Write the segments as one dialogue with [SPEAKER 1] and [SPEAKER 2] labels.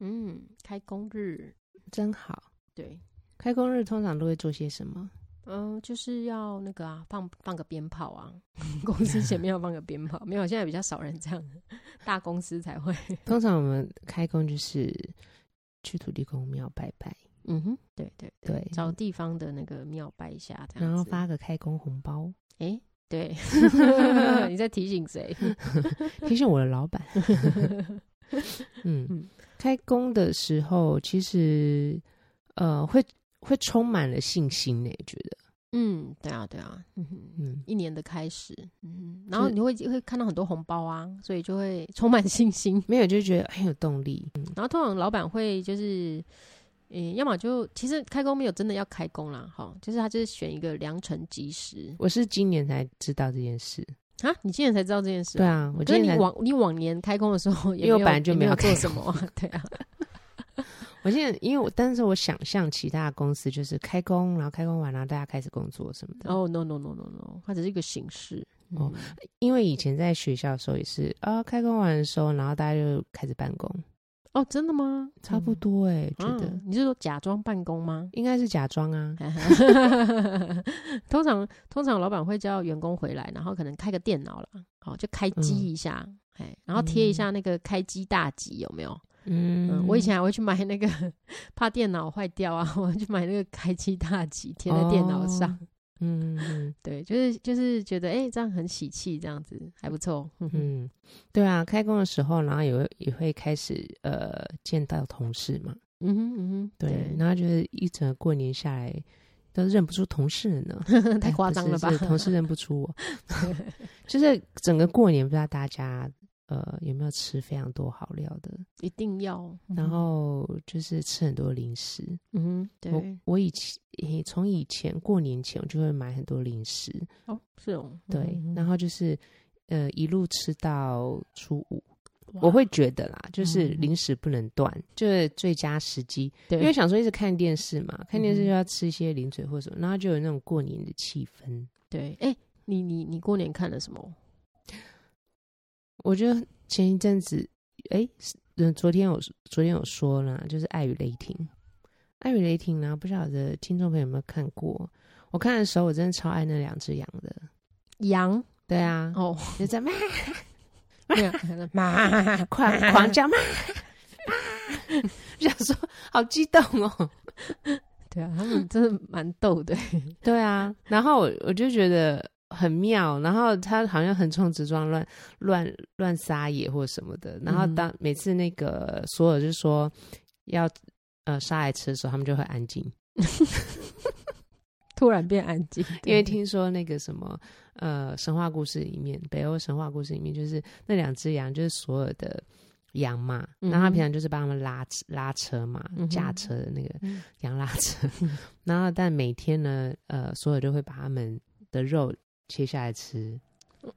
[SPEAKER 1] 嗯，开工日，
[SPEAKER 2] 真好。
[SPEAKER 1] 对，
[SPEAKER 2] 开工日通常都会做些什么？
[SPEAKER 1] 嗯、就是要那个啊，放放个鞭炮啊， 公司前面要放个鞭炮，没有，现在比较少人这样， 大公司才会，
[SPEAKER 2] 通常我们开工就是去土地公庙拜拜，
[SPEAKER 1] 嗯哼，对对
[SPEAKER 2] 对，
[SPEAKER 1] 找地方的那个庙拜一下，这样子，
[SPEAKER 2] 然后发个开工红 包，
[SPEAKER 1] 哎、 对， 你在提醒谁？
[SPEAKER 2] 提醒我的 老板。嗯
[SPEAKER 1] 嗯，
[SPEAKER 2] 开工的时候其实呃会会充满了信心呢，觉得
[SPEAKER 1] 嗯，对啊，对啊，嗯哼，
[SPEAKER 2] 嗯。
[SPEAKER 1] 一年的开始，嗯哼，然后你会会看到很多红包啊，所以就会充满信心。
[SPEAKER 2] 没有，就觉得很有动力。嗯
[SPEAKER 1] 然后通常老板会就是，嗯、要么就其实开工没有真的要开工啦，哈，就是他就是选一个良辰吉时
[SPEAKER 2] 我是今年才知道这件事，
[SPEAKER 1] 啊。你今年才知道这件事，
[SPEAKER 2] 对，啊，我
[SPEAKER 1] 可
[SPEAKER 2] 今
[SPEAKER 1] 是
[SPEAKER 2] 年
[SPEAKER 1] 你
[SPEAKER 2] 才，
[SPEAKER 1] 往你往年开工的时候 也没
[SPEAKER 2] 因为
[SPEAKER 1] 有，
[SPEAKER 2] 我本来就
[SPEAKER 1] 也
[SPEAKER 2] 没
[SPEAKER 1] 没
[SPEAKER 2] 有
[SPEAKER 1] 做
[SPEAKER 2] 开
[SPEAKER 1] 什么啊， 对啊，
[SPEAKER 2] 我现在因为我，但是我想象其他的公司就是开工，然后开工完，然后大家开始工作什么的。
[SPEAKER 1] 然后哦 no no no no no，它只是一个形式。
[SPEAKER 2] 哦
[SPEAKER 1] 哦，
[SPEAKER 2] 因为以前在学校的时候也是啊，开工完的时候，然后大家就开始办公，
[SPEAKER 1] 哦，真的吗？
[SPEAKER 2] 差不多哎、觉
[SPEAKER 1] 嗯
[SPEAKER 2] 得、
[SPEAKER 1] 啊你是说假装办公吗？
[SPEAKER 2] 应该是假装啊，
[SPEAKER 1] 通常通常老板会叫员工回来，然后可能开个电脑啦，好就开机
[SPEAKER 2] 嗯
[SPEAKER 1] 一下，哎、然后贴一下那个开机大吉有没有？嗯
[SPEAKER 2] 嗯，，
[SPEAKER 1] 我以前还会去买那个， 怕电脑坏掉啊， 我会去买那个开机大吉贴在电脑上。
[SPEAKER 2] 哦嗯嗯
[SPEAKER 1] 对，就是就是觉得哎、诶这样很喜气，这样子还不错。嗯哼
[SPEAKER 2] 嗯，对啊，开工的时候，然后也会也会开始呃见到同事嘛，
[SPEAKER 1] 嗯哼嗯哼，
[SPEAKER 2] 对，然后就是一整个过年下来都认不出同事了呢，
[SPEAKER 1] 对， 太
[SPEAKER 2] 哎
[SPEAKER 1] 夸
[SPEAKER 2] 不
[SPEAKER 1] 张
[SPEAKER 2] 是
[SPEAKER 1] 了吧？
[SPEAKER 2] 是同事认不出我，就是整个过年不知道大家呃有没有吃非常多好料的，
[SPEAKER 1] 一定要。
[SPEAKER 2] 然后就是吃很多零食。
[SPEAKER 1] 嗯哼，
[SPEAKER 2] 我
[SPEAKER 1] 对，
[SPEAKER 2] 我以前诶从以前过年前我就会买很多零食，
[SPEAKER 1] 哦，是哦，
[SPEAKER 2] 对，然
[SPEAKER 1] 后
[SPEAKER 2] 后就是呃一路吃到初五。我会觉得啦，就是
[SPEAKER 1] 嗯
[SPEAKER 2] 零食不能断，就是最佳时机。
[SPEAKER 1] 对，
[SPEAKER 2] 因为想说一直看电视嘛，看电视
[SPEAKER 1] 嗯
[SPEAKER 2] 就要吃一些零嘴或什么，然后就有那种过年的气氛。
[SPEAKER 1] 对，哎、你你你过年看了什么？
[SPEAKER 2] 我觉得前一阵子，哎、是嗯，昨天有昨天有说啦，就是《爱与雷霆》，《爱与雷霆》呢，不晓得听众朋友有没有看过？我看的时候，我真的超爱那两只羊的。
[SPEAKER 1] 羊
[SPEAKER 2] 对啊，
[SPEAKER 1] 哦，
[SPEAKER 2] 就在骂
[SPEAKER 1] 没有，可能妈，
[SPEAKER 2] 狂狂叫骂， 就想说好激动哦。
[SPEAKER 1] 对啊，他们真的蛮逗的。
[SPEAKER 2] 对啊，然后我我就觉得很妙，然后他好像横冲直撞、乱乱乱撒野或什么的，然后当、每次那个索尔就说要呃杀来吃的时候，他们就会安静，
[SPEAKER 1] 突然变安静，
[SPEAKER 2] 因为听说那个什么呃神话故事里面，北欧神话故事里面就是那两只羊就是索尔的。羊嘛，
[SPEAKER 1] 嗯哼
[SPEAKER 2] 然后他平常就是帮他们拉拉车嘛，
[SPEAKER 1] 嗯哼
[SPEAKER 2] 驾车的那个
[SPEAKER 1] 嗯
[SPEAKER 2] 羊拉车， 然后但每天呢，呃，索尔就会把他们的肉切下来 吃，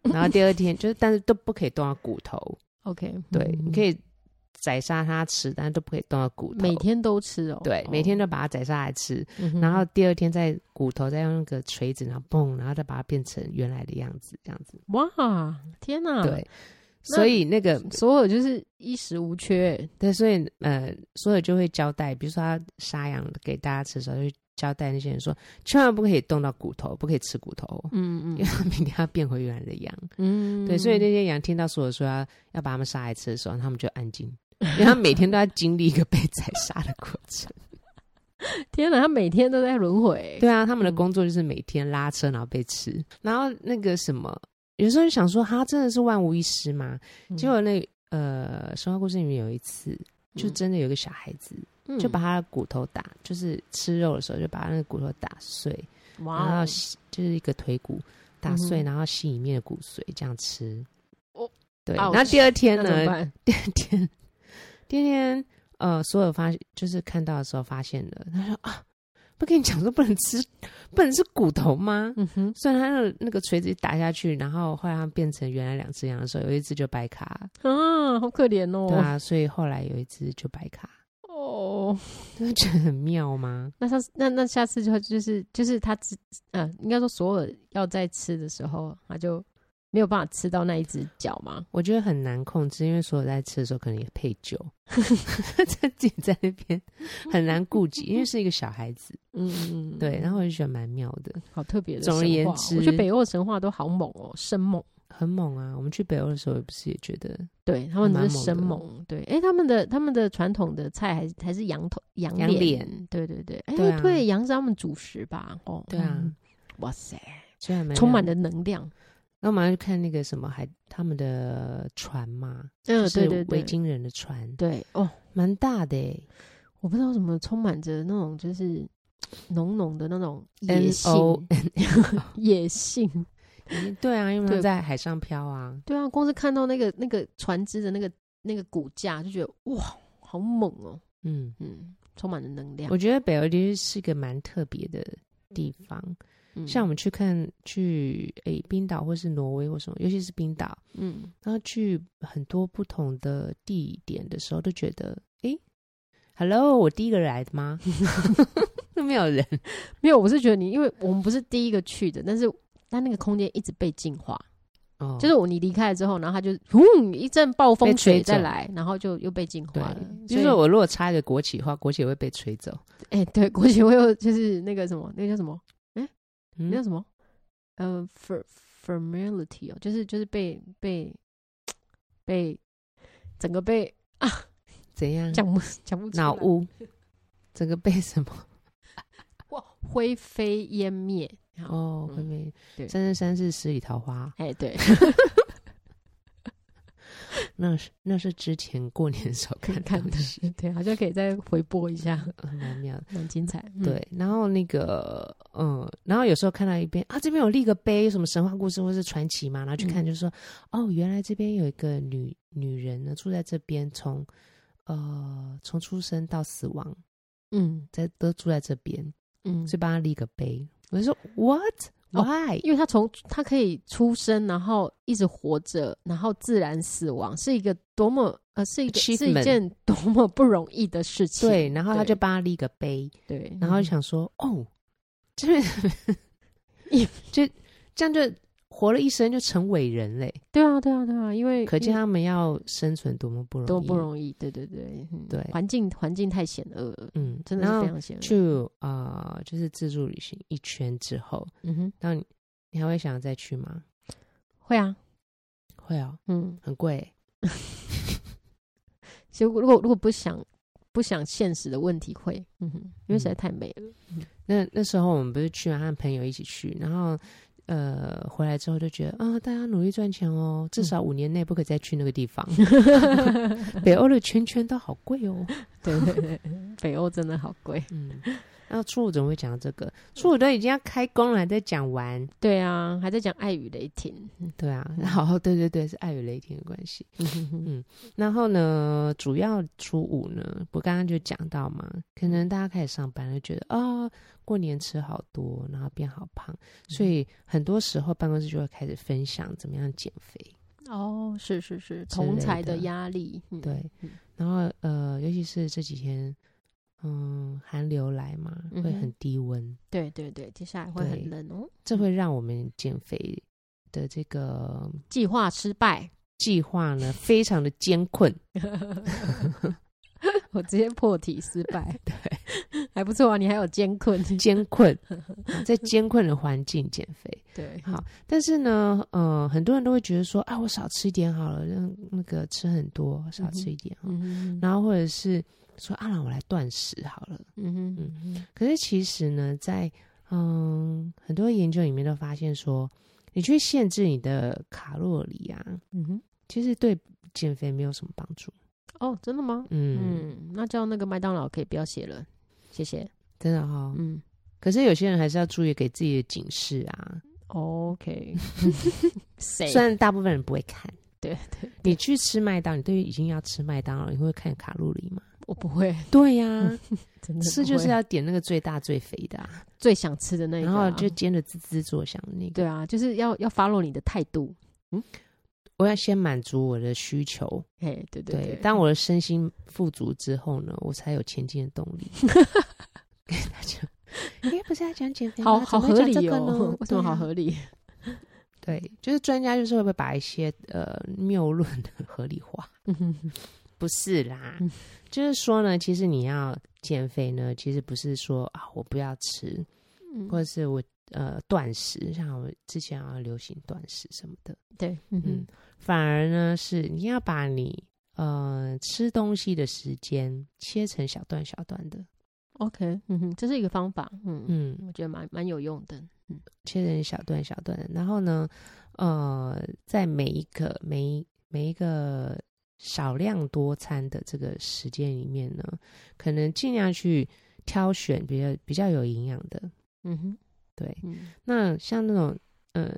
[SPEAKER 2] 然后第二天就是，但是都不可以动到骨头，
[SPEAKER 1] OK，嗯
[SPEAKER 2] 对，你可
[SPEAKER 1] 以
[SPEAKER 2] 以宰杀它吃，但是都不可以动到骨头，
[SPEAKER 1] 每天都吃哦，
[SPEAKER 2] 对，
[SPEAKER 1] 哦
[SPEAKER 2] 每天都把它宰杀来吃，
[SPEAKER 1] 嗯哼
[SPEAKER 2] 然后第二天再骨头再用那个锤子，然后嘣，然后再把它变成原来的样子，这样子，
[SPEAKER 1] 哇，天哪！，
[SPEAKER 2] 对，
[SPEAKER 1] 嗯那
[SPEAKER 2] 所以那个
[SPEAKER 1] 所有就是衣食无 缺，
[SPEAKER 2] 对，所以呃，所有就会交代，比如说他杀羊给大家吃的时候，就会交代那些人说，千万不可以动到骨头，不可以吃骨头，
[SPEAKER 1] 嗯
[SPEAKER 2] 因为他明天要变回原来的羊。
[SPEAKER 1] 嗯
[SPEAKER 2] 对，所以那些羊听到所有说要要把他们杀来吃的时候，他们就安静，因为他们每天都在经历一个被宰杀的过程。
[SPEAKER 1] 天哪，他每天都在轮回，
[SPEAKER 2] 对啊，他们的工作就是每天拉车，然后被吃，然后那个什么，有时候就想说，他真的是万无一失吗？
[SPEAKER 1] 嗯，
[SPEAKER 2] 结果那呃，神话故事里面有一次，就
[SPEAKER 1] 嗯
[SPEAKER 2] 真的有一个小孩子。
[SPEAKER 1] 嗯
[SPEAKER 2] 就把他的骨头打，就是吃肉的时候就把他那个骨头打碎，然
[SPEAKER 1] 哇
[SPEAKER 2] 后
[SPEAKER 1] 哦，
[SPEAKER 2] 吸就是一个腿骨打碎，
[SPEAKER 1] 嗯哼
[SPEAKER 2] 然后吸里面的骨髓这样吃。
[SPEAKER 1] 哦
[SPEAKER 2] 对，
[SPEAKER 1] ouch，
[SPEAKER 2] 那第二天
[SPEAKER 1] 那怎
[SPEAKER 2] 呢？
[SPEAKER 1] 么办？
[SPEAKER 2] 第二天，第二天，呃，所有发就是看到的时候发现的。他说啊，不跟你讲说不能吃，不能吃骨头吗？
[SPEAKER 1] 嗯哼，
[SPEAKER 2] 虽然他的那个锤子一打下去，然后后来他们变成原来两只羊的时候，有一只就白卡，
[SPEAKER 1] 啊，好可怜哦。
[SPEAKER 2] 对啊，所以后来有一只就白卡，
[SPEAKER 1] 哦，
[SPEAKER 2] 就觉得很妙吗？
[SPEAKER 1] 那上次那那下次就就是就是他吃，嗯、应该说所有要在吃的时候，他就没有办法吃到那一只脚嘛。
[SPEAKER 2] 我觉得很难控制，因为所有在吃的时候可能也配酒， 自己在那边很难顾及，因为是一个小孩子，
[SPEAKER 1] 嗯嗯嗯，
[SPEAKER 2] 对，然后我就觉得蛮妙的，
[SPEAKER 1] 好特别的神
[SPEAKER 2] 总
[SPEAKER 1] 话。哦
[SPEAKER 2] 而言之
[SPEAKER 1] 我觉得北欧神话都好猛哦，生猛。
[SPEAKER 2] 很猛啊！我们去北欧的时候，也不是也觉得
[SPEAKER 1] 对他们
[SPEAKER 2] 蛮
[SPEAKER 1] 是
[SPEAKER 2] 猛
[SPEAKER 1] 生
[SPEAKER 2] 的
[SPEAKER 1] 猛，对，哎、他们的他们的传统的菜还是还是羊头羊
[SPEAKER 2] 羊
[SPEAKER 1] 脸，
[SPEAKER 2] 脸
[SPEAKER 1] 对对对，哎、
[SPEAKER 2] 对啊
[SPEAKER 1] 对，羊是他们主食吧？哦，
[SPEAKER 2] 对啊嗯
[SPEAKER 1] 嗯哇塞，
[SPEAKER 2] 虽然蛮
[SPEAKER 1] 充满了能量，
[SPEAKER 2] 那我们要去看那个什么海，他们的船嘛，
[SPEAKER 1] 嗯，
[SPEAKER 2] 就是
[SPEAKER 1] 对对
[SPEAKER 2] 维
[SPEAKER 1] 对，
[SPEAKER 2] 京人的船，
[SPEAKER 1] 对哦，
[SPEAKER 2] 蛮大的欸
[SPEAKER 1] 我不知道怎么充满着那种就是浓浓的那种野
[SPEAKER 2] N
[SPEAKER 1] 性
[SPEAKER 2] O，
[SPEAKER 1] 野性，
[SPEAKER 2] 对啊，因为他
[SPEAKER 1] 对
[SPEAKER 2] 们在海上漂啊，
[SPEAKER 1] 对啊，光是看到那个那个船只的那个那个骨架，就觉得哇，好猛哦，
[SPEAKER 2] 嗯，
[SPEAKER 1] 嗯，充满了能量，
[SPEAKER 2] 我觉得北欧的确是一个蛮特别的地方，
[SPEAKER 1] 嗯
[SPEAKER 2] 像我们去看去诶、冰岛或是挪威或什么，尤其是冰岛，
[SPEAKER 1] 嗯，
[SPEAKER 2] 然后去很多不同的地点的时候，都觉得诶、h e l l o 我第一个来的吗？ 都没 有人，
[SPEAKER 1] 没有，我是觉得你，因为我们不是第一个去的，但是它那个空间一直被净化，
[SPEAKER 2] 哦，
[SPEAKER 1] 就是我你离开了之后，然后它就轰一阵暴风
[SPEAKER 2] 被吹
[SPEAKER 1] 雪再
[SPEAKER 2] 走
[SPEAKER 1] 来，然后就又被净
[SPEAKER 2] 对
[SPEAKER 1] 化了。，
[SPEAKER 2] 就是
[SPEAKER 1] 所以
[SPEAKER 2] 说，我如果插一个国旗的话，国旗也会被吹走。
[SPEAKER 1] 哎、对，国旗会有就是那个什么，那个叫什么，
[SPEAKER 2] 嗯
[SPEAKER 1] 那叫什么，呃，for formality 哦，就是就是被被被整个被
[SPEAKER 2] 怎样？
[SPEAKER 1] 讲不讲不出
[SPEAKER 2] 脑
[SPEAKER 1] 来，
[SPEAKER 2] 雾， 这个被什么？
[SPEAKER 1] 哇，灰飞烟灭。哦，
[SPEAKER 2] 哦，会
[SPEAKER 1] 嗯
[SPEAKER 2] 被
[SPEAKER 1] 对
[SPEAKER 2] 三生三世十里桃花，
[SPEAKER 1] 哎、对，
[SPEAKER 2] 那是那是之前过年的时候
[SPEAKER 1] 可以
[SPEAKER 2] 看
[SPEAKER 1] 看
[SPEAKER 2] 到的，
[SPEAKER 1] 是，对，好像可以再回播一下，
[SPEAKER 2] 很蛮妙的。
[SPEAKER 1] 蛮精彩。嗯
[SPEAKER 2] 对，然后那个，嗯，然后有时候看到一边啊，这边有立个碑，有什么神话故事或是传奇嘛，然后去看，
[SPEAKER 1] 嗯
[SPEAKER 2] 就说、哦，原来这边有一个女女人呢，住在这边，从呃从出生到死亡，
[SPEAKER 1] 嗯
[SPEAKER 2] 在都住在这边，
[SPEAKER 1] 嗯，
[SPEAKER 2] 所以帮她立个碑。我就说 What
[SPEAKER 1] 哦
[SPEAKER 2] Why？、
[SPEAKER 1] 因为他从他可以出生，然后一直活着，然后自然死亡，是一个多么呃，是一个是
[SPEAKER 2] Achievement
[SPEAKER 1] 一件多么不容易的事情。
[SPEAKER 2] 对，然后他就
[SPEAKER 1] 对
[SPEAKER 2] 帮她立个碑，
[SPEAKER 1] 对，嗯
[SPEAKER 2] 然后想说，哦，这 边就这样就活了一生就成伟人嘞，
[SPEAKER 1] 对啊，对啊，对啊，因为
[SPEAKER 2] 可见
[SPEAKER 1] 因为
[SPEAKER 2] 他们要生存多么不容易，
[SPEAKER 1] 多不
[SPEAKER 2] 易。
[SPEAKER 1] 容易。对对对，嗯
[SPEAKER 2] 对
[SPEAKER 1] 环境环境太险恶了，
[SPEAKER 2] 嗯，
[SPEAKER 1] 真的
[SPEAKER 2] 然
[SPEAKER 1] 是
[SPEAKER 2] 后
[SPEAKER 1] 非常险恶。
[SPEAKER 2] 去呃，就是自助旅行一圈之后，
[SPEAKER 1] 嗯哼，
[SPEAKER 2] 那你你还会想要再去吗？
[SPEAKER 1] 会啊，
[SPEAKER 2] 会哦，
[SPEAKER 1] 嗯，
[SPEAKER 2] 很贵欸。
[SPEAKER 1] 其实如果如果不想不想现实的问题会，嗯哼，因为实在太美了。
[SPEAKER 2] 那那时候我们不是去嘛，和朋友一起去，然后呃回来之后就觉得啊、大家努力赚钱哦，
[SPEAKER 1] 嗯
[SPEAKER 2] 至少五年内不可以再去那个地 方。北欧的圈圈都好贵哦。
[SPEAKER 1] 对对对，北欧真的好贵。
[SPEAKER 2] 嗯，然后初五怎么会讲到这个？初五都已经要开工了，还在讲完。
[SPEAKER 1] 对啊，还在讲爱与雷霆。
[SPEAKER 2] 对啊，然后对对对，是爱与雷霆的关系。
[SPEAKER 1] 嗯哼哼
[SPEAKER 2] 然后呢，主要初五呢，我刚刚就讲到嘛，可
[SPEAKER 1] 嗯
[SPEAKER 2] 能大家开始上班就觉得啊、过年吃好多，然后变好胖，所
[SPEAKER 1] 嗯
[SPEAKER 2] 以很多时候办公室就会开始分享怎么样减肥。
[SPEAKER 1] 哦，是是是，
[SPEAKER 2] 之
[SPEAKER 1] 同
[SPEAKER 2] 类
[SPEAKER 1] 才
[SPEAKER 2] 的
[SPEAKER 1] 的压力，嗯，
[SPEAKER 2] 对
[SPEAKER 1] 嗯，
[SPEAKER 2] 然后呃，尤其是这几天，嗯，寒流来嘛，
[SPEAKER 1] 嗯哼
[SPEAKER 2] 会很低温，
[SPEAKER 1] 对对对，接下来会
[SPEAKER 2] 对
[SPEAKER 1] 很冷哦。
[SPEAKER 2] 这会让我们减肥的这个
[SPEAKER 1] 计划失败，
[SPEAKER 2] 计划呢，非常的艰困。
[SPEAKER 1] 我直接破题失 败，对，还不错啊，你还有艰困，
[SPEAKER 2] 艰 困，啊在艰困的环境减肥。
[SPEAKER 1] 对，
[SPEAKER 2] 好但是呢，呃，很多人都会觉得说啊，我少吃一点好了，那那个吃很多，少吃一点哈、
[SPEAKER 1] 嗯哼
[SPEAKER 2] 然后或者是说啊，让我来断食好了。
[SPEAKER 1] 嗯哼嗯
[SPEAKER 2] 可是其实呢，在嗯很多研究里面都发现说，你去限制你的卡路里啊，
[SPEAKER 1] 嗯哼，
[SPEAKER 2] 其实对减肥没有什么帮助。
[SPEAKER 1] 哦，真的吗？
[SPEAKER 2] 嗯，
[SPEAKER 1] 嗯，那叫那个麦当劳可以不要写了，谢谢。
[SPEAKER 2] 真的哈、
[SPEAKER 1] 嗯
[SPEAKER 2] 可是有些人还是要注意给自己的警示啊，
[SPEAKER 1] ，OK，谁？
[SPEAKER 2] 虽然大部分人不会看。
[SPEAKER 1] 对对，
[SPEAKER 2] 你去吃麦当，你对于已经要吃麦当劳，你会看卡路里吗？
[SPEAKER 1] 我不会，
[SPEAKER 2] 对呀、
[SPEAKER 1] 真的
[SPEAKER 2] 吃
[SPEAKER 1] 不
[SPEAKER 2] 就是
[SPEAKER 1] 会
[SPEAKER 2] 要点那个最大最肥的、啊，
[SPEAKER 1] 最想吃的那一个
[SPEAKER 2] 然
[SPEAKER 1] 啊、
[SPEAKER 2] 后就煎的滋滋作响的那个。
[SPEAKER 1] 对啊，就是要要 follow 你的态度，
[SPEAKER 2] 我要先满足我的需求，
[SPEAKER 1] 哎，对对对，
[SPEAKER 2] 当我的身心富足之后呢，我才有前进的动 力。 跟大家，哎，不是在讲减肥
[SPEAKER 1] 好
[SPEAKER 2] 吗？怎
[SPEAKER 1] 好
[SPEAKER 2] 么
[SPEAKER 1] 合
[SPEAKER 2] 会讲
[SPEAKER 1] 理
[SPEAKER 2] 这个
[SPEAKER 1] 哦
[SPEAKER 2] 呢，
[SPEAKER 1] 为什么好？
[SPEAKER 2] 对啊
[SPEAKER 1] 合理？
[SPEAKER 2] 对，就是专家就是会不会把一些呃谬论合理化？嗯
[SPEAKER 1] 嗯哼哼
[SPEAKER 2] 不是啦，就是说呢，其实你要减肥呢，其实不是说啊我不要吃，
[SPEAKER 1] 嗯
[SPEAKER 2] 或者是 我呃断食，像我之前啊流行断食什么的，
[SPEAKER 1] 对，
[SPEAKER 2] 嗯
[SPEAKER 1] 嗯哼，，
[SPEAKER 2] 反而呢是你要把你呃吃东西的时间切成小段小段的，
[SPEAKER 1] ，OK，嗯哼，这是一个方法，嗯嗯，
[SPEAKER 2] 嗯，
[SPEAKER 1] 我觉得蛮蛮有用的，
[SPEAKER 2] 切成小段小段的，然后呢，呃，在每一个每一每一个少量多餐的这个时间里面呢，可能尽量去挑选比较比较有营养的，
[SPEAKER 1] 嗯哼，
[SPEAKER 2] 对，
[SPEAKER 1] 嗯
[SPEAKER 2] 那像那种呃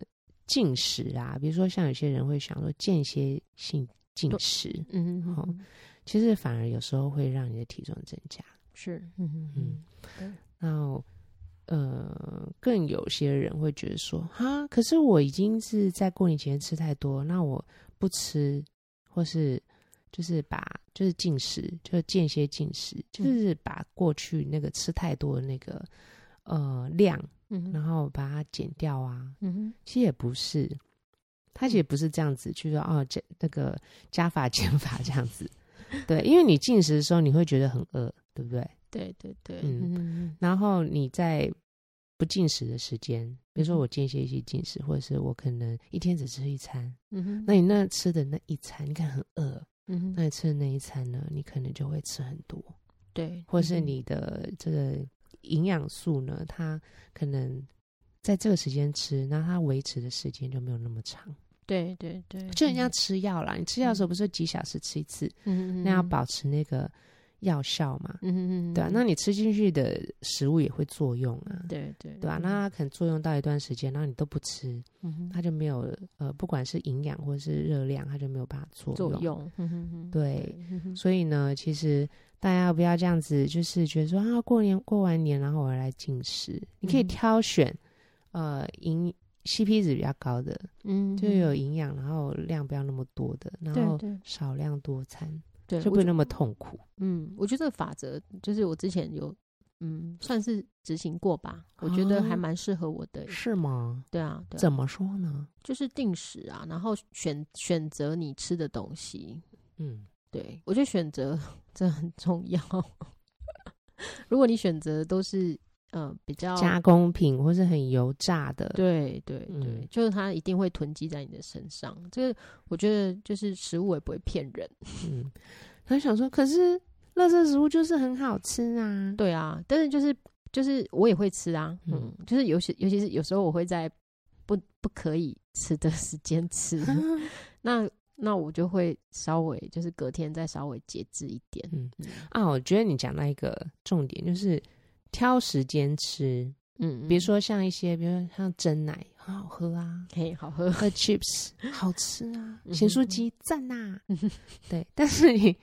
[SPEAKER 2] 进食啊，比如说像有些人会想说间歇性进食，
[SPEAKER 1] 嗯哼
[SPEAKER 2] 好
[SPEAKER 1] 嗯哼，
[SPEAKER 2] 其实反而有时候会让你的体重增加。
[SPEAKER 1] 是，嗯哼
[SPEAKER 2] 嗯
[SPEAKER 1] 嗯，
[SPEAKER 2] 然后呃，更有些人会觉得说，哈，可是我已经是在过年前吃太多，那我不吃，或是就是把就是进食，就是间歇进食，就是把过去那个吃太多的那个呃量，
[SPEAKER 1] 嗯哼
[SPEAKER 2] 然后把它减掉啊，
[SPEAKER 1] 嗯哼，
[SPEAKER 2] 其实也不是，他其实不是这样子去说哦，这那个加法减法这样子，对，因为你进食的时候你会觉得很饿，对不对？
[SPEAKER 1] 对对对，
[SPEAKER 2] 嗯
[SPEAKER 1] 嗯哼
[SPEAKER 2] 然后你在不进食的时间，比如
[SPEAKER 1] 嗯
[SPEAKER 2] 说我间歇性进食，或者是我可能一天只吃一餐，
[SPEAKER 1] 嗯哼，
[SPEAKER 2] 那你那吃的那一餐，你可能很饿，
[SPEAKER 1] 嗯哼
[SPEAKER 2] 那你吃的那一餐呢，你可能就会吃很多，
[SPEAKER 1] 对，
[SPEAKER 2] 或是
[SPEAKER 1] 嗯哼
[SPEAKER 2] 你的这个营养素呢，它可能在这个时间吃，那它维持的时间就没有那么长。
[SPEAKER 1] 对对对，
[SPEAKER 2] 就很像吃药啦，你吃药的时候不是几小时吃一次，
[SPEAKER 1] 嗯嗯，嗯
[SPEAKER 2] 那要，保持那个药效嘛，
[SPEAKER 1] 嗯哼嗯哼，
[SPEAKER 2] 对啊，那你吃进去的食物也会作用啊，
[SPEAKER 1] 对对
[SPEAKER 2] 对吧、那它可能作用到一段时间，然后你都不吃，
[SPEAKER 1] 嗯哼
[SPEAKER 2] 它就没有呃，不管是营养或是热量，它就没有办法作
[SPEAKER 1] 作用，嗯哼哼
[SPEAKER 2] 对
[SPEAKER 1] 嗯哼
[SPEAKER 2] 所以呢，其实大家不要这样子，就是觉得说啊，过年过完年，然后我要来进食，你可以
[SPEAKER 1] 嗯
[SPEAKER 2] 挑选呃营 CP 值比较高的，
[SPEAKER 1] 嗯
[SPEAKER 2] 就
[SPEAKER 1] 哼
[SPEAKER 2] 有营养，然后量不要那么多的，然
[SPEAKER 1] 对
[SPEAKER 2] 后
[SPEAKER 1] 对
[SPEAKER 2] 少量多餐，
[SPEAKER 1] 对，
[SPEAKER 2] 就
[SPEAKER 1] 我
[SPEAKER 2] 不会那么痛苦。
[SPEAKER 1] 嗯，我觉得这个法则就是我之前有嗯，算是执行过吧，我觉得还
[SPEAKER 2] 哦
[SPEAKER 1] 蛮适合我的。
[SPEAKER 2] 是吗？
[SPEAKER 1] 对啊，对啊，
[SPEAKER 2] 怎么说呢？
[SPEAKER 1] 就是定时啊，然后选选择你吃的东西。
[SPEAKER 2] 嗯，
[SPEAKER 1] 对我觉得选择这很重要。 如果你选择都是呃比较
[SPEAKER 2] 加工品或是很油炸
[SPEAKER 1] 哦
[SPEAKER 2] 的，
[SPEAKER 1] 对对对，
[SPEAKER 2] 嗯
[SPEAKER 1] 就是它一定会囤积在你的身上。这个我觉得就是食物也不会骗人。
[SPEAKER 2] 嗯，他想说，可是垃圾食物就是很好吃啊。
[SPEAKER 1] 对啊，但是就是就是我也会吃啊，
[SPEAKER 2] 嗯
[SPEAKER 1] 嗯，就是尤其尤其是有时候我会在不不可以吃的 时 间吃，那那我就会稍微就是隔天再稍微节制一点，
[SPEAKER 2] 嗯
[SPEAKER 1] 嗯
[SPEAKER 2] 啊，我觉得你讲到一个重点，就是挑时间吃，
[SPEAKER 1] 嗯，
[SPEAKER 2] 比如说像一些，比如说像蒸奶，很好喝啊。
[SPEAKER 1] 嘿好喝，
[SPEAKER 2] 喝 chips 好吃啊，
[SPEAKER 1] 嗯
[SPEAKER 2] 咸酥鸡赞 呐，对，但是你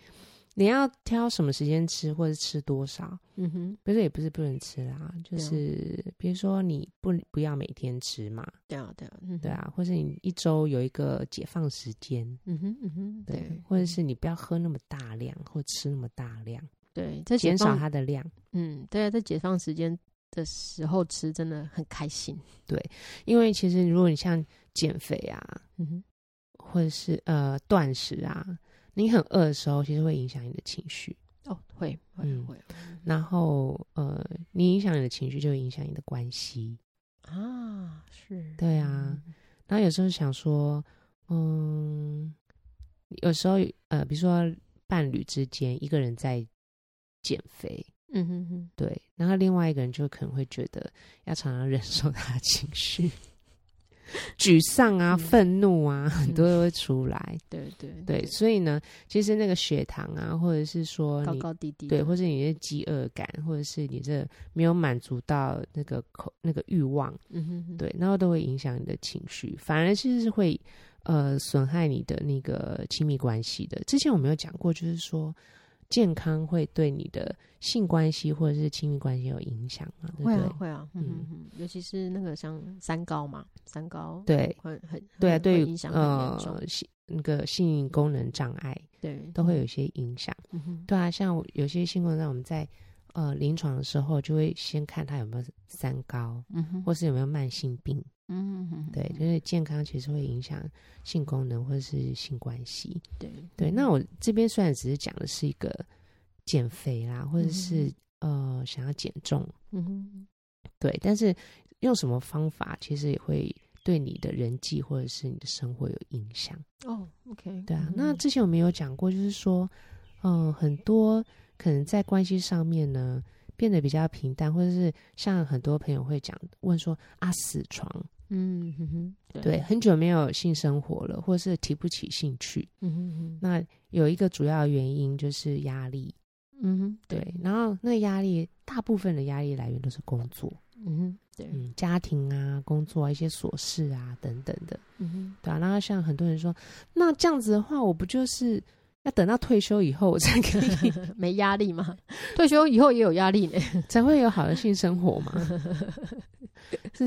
[SPEAKER 2] 你要挑什么时间吃，或者吃多少，
[SPEAKER 1] 嗯哼，
[SPEAKER 2] 不是也不是不能吃啦，就
[SPEAKER 1] 对啊
[SPEAKER 2] 是比如说你不不要每天吃嘛，
[SPEAKER 1] 对啊对啊，嗯
[SPEAKER 2] 对，啊，或是你一周有一个解放时间，
[SPEAKER 1] 嗯哼嗯哼，
[SPEAKER 2] 对，
[SPEAKER 1] 对，
[SPEAKER 2] 或者是你不要喝那么大量，或吃那么大量，
[SPEAKER 1] 对，在解
[SPEAKER 2] 减少
[SPEAKER 1] 放，
[SPEAKER 2] 它的量，
[SPEAKER 1] 嗯，对啊，在解放时间的时候吃真的很开心，
[SPEAKER 2] 因为其实如果你像减肥啊，
[SPEAKER 1] 嗯哼，
[SPEAKER 2] 或者是呃断食啊，你很饿的时候，其实会影响你的情绪。
[SPEAKER 1] 哦会会
[SPEAKER 2] 嗯
[SPEAKER 1] 会
[SPEAKER 2] 然后呃，你影响你的情绪，就会影响你的关系。
[SPEAKER 1] 啊是，
[SPEAKER 2] 对啊，然后有时候想说，嗯，有时候呃，比如说伴侣之间，一个人在减肥，
[SPEAKER 1] 嗯哼哼。
[SPEAKER 2] 对，然后另外一个人就可能会觉得要常常忍受他的情绪， 沮丧啊、
[SPEAKER 1] 嗯
[SPEAKER 2] 愤怒啊，很多都会出来。
[SPEAKER 1] 对对
[SPEAKER 2] 对，所以呢，其实那个血糖啊，或者是说
[SPEAKER 1] 高
[SPEAKER 2] 你
[SPEAKER 1] 高低低的，
[SPEAKER 2] 对，或是你的饥饿感，或者是你这没有满足到那个口那个欲望，
[SPEAKER 1] 嗯哼哼，
[SPEAKER 2] 对，然后都会影响你的情绪，反而其实是会呃损害你的那个亲密关系的。之前我没有讲过，就是说健康会对你的性关系或者是亲密关系有影响嘛？对不
[SPEAKER 1] 会
[SPEAKER 2] 对？
[SPEAKER 1] 啊会啊，嗯
[SPEAKER 2] 嗯
[SPEAKER 1] 嗯嗯，尤其是那个像三高嘛，三高
[SPEAKER 2] 对
[SPEAKER 1] 很很
[SPEAKER 2] 对啊，
[SPEAKER 1] 很
[SPEAKER 2] 对
[SPEAKER 1] 会
[SPEAKER 2] 于
[SPEAKER 1] 影响很严重
[SPEAKER 2] 呃，性那个性功能障碍
[SPEAKER 1] 对
[SPEAKER 2] 都会有一些影响。
[SPEAKER 1] 嗯哼
[SPEAKER 2] 对啊，像我有些性功能障碍，我们在呃临床的时候就会先看他有没有三高，
[SPEAKER 1] 嗯哼
[SPEAKER 2] 或是有没有慢性病。
[SPEAKER 1] 嗯哼嗯哼
[SPEAKER 2] 对，就是健康其实会影响性功能或者是性关系。
[SPEAKER 1] 对
[SPEAKER 2] 对，那我这边虽然只是讲的是一个减肥啦，或者是、呃想要减重，
[SPEAKER 1] 嗯哼
[SPEAKER 2] 对，但是用什么方法其实也会对你的人际或者是你的生活有影响。
[SPEAKER 1] 哦，OK，
[SPEAKER 2] 对啊，
[SPEAKER 1] 嗯
[SPEAKER 2] 那之前我们有讲过，就是说，嗯，很多可能在关系上面呢变得比较平淡，或者是像很多朋友会讲问说啊死床，
[SPEAKER 1] 嗯哼哼
[SPEAKER 2] 对，很久没有性生活了，或是提不起兴趣。
[SPEAKER 1] 嗯哼哼
[SPEAKER 2] 那有一个主要原因就是压力，
[SPEAKER 1] 嗯哼
[SPEAKER 2] 对，然后那个压力大部分的压力来源都是工作，
[SPEAKER 1] 嗯哼对
[SPEAKER 2] 嗯，家庭啊、工作啊、一些琐事啊等等的，
[SPEAKER 1] 嗯哼
[SPEAKER 2] 对啊。然后像很多人说，那这样子的话，我不就是要等到退休以后我才可以
[SPEAKER 1] 没压力嘛，退休以后也有压力呢，
[SPEAKER 2] 才会有好的性生活吗？ 是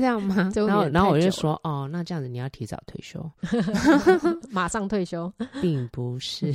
[SPEAKER 2] 这样吗？
[SPEAKER 1] 这未
[SPEAKER 2] 然后
[SPEAKER 1] 免
[SPEAKER 2] 然后
[SPEAKER 1] 太
[SPEAKER 2] 我就
[SPEAKER 1] 久
[SPEAKER 2] 说，哦，那这样子你要提早退休，
[SPEAKER 1] 马上退 休，
[SPEAKER 2] 并不是。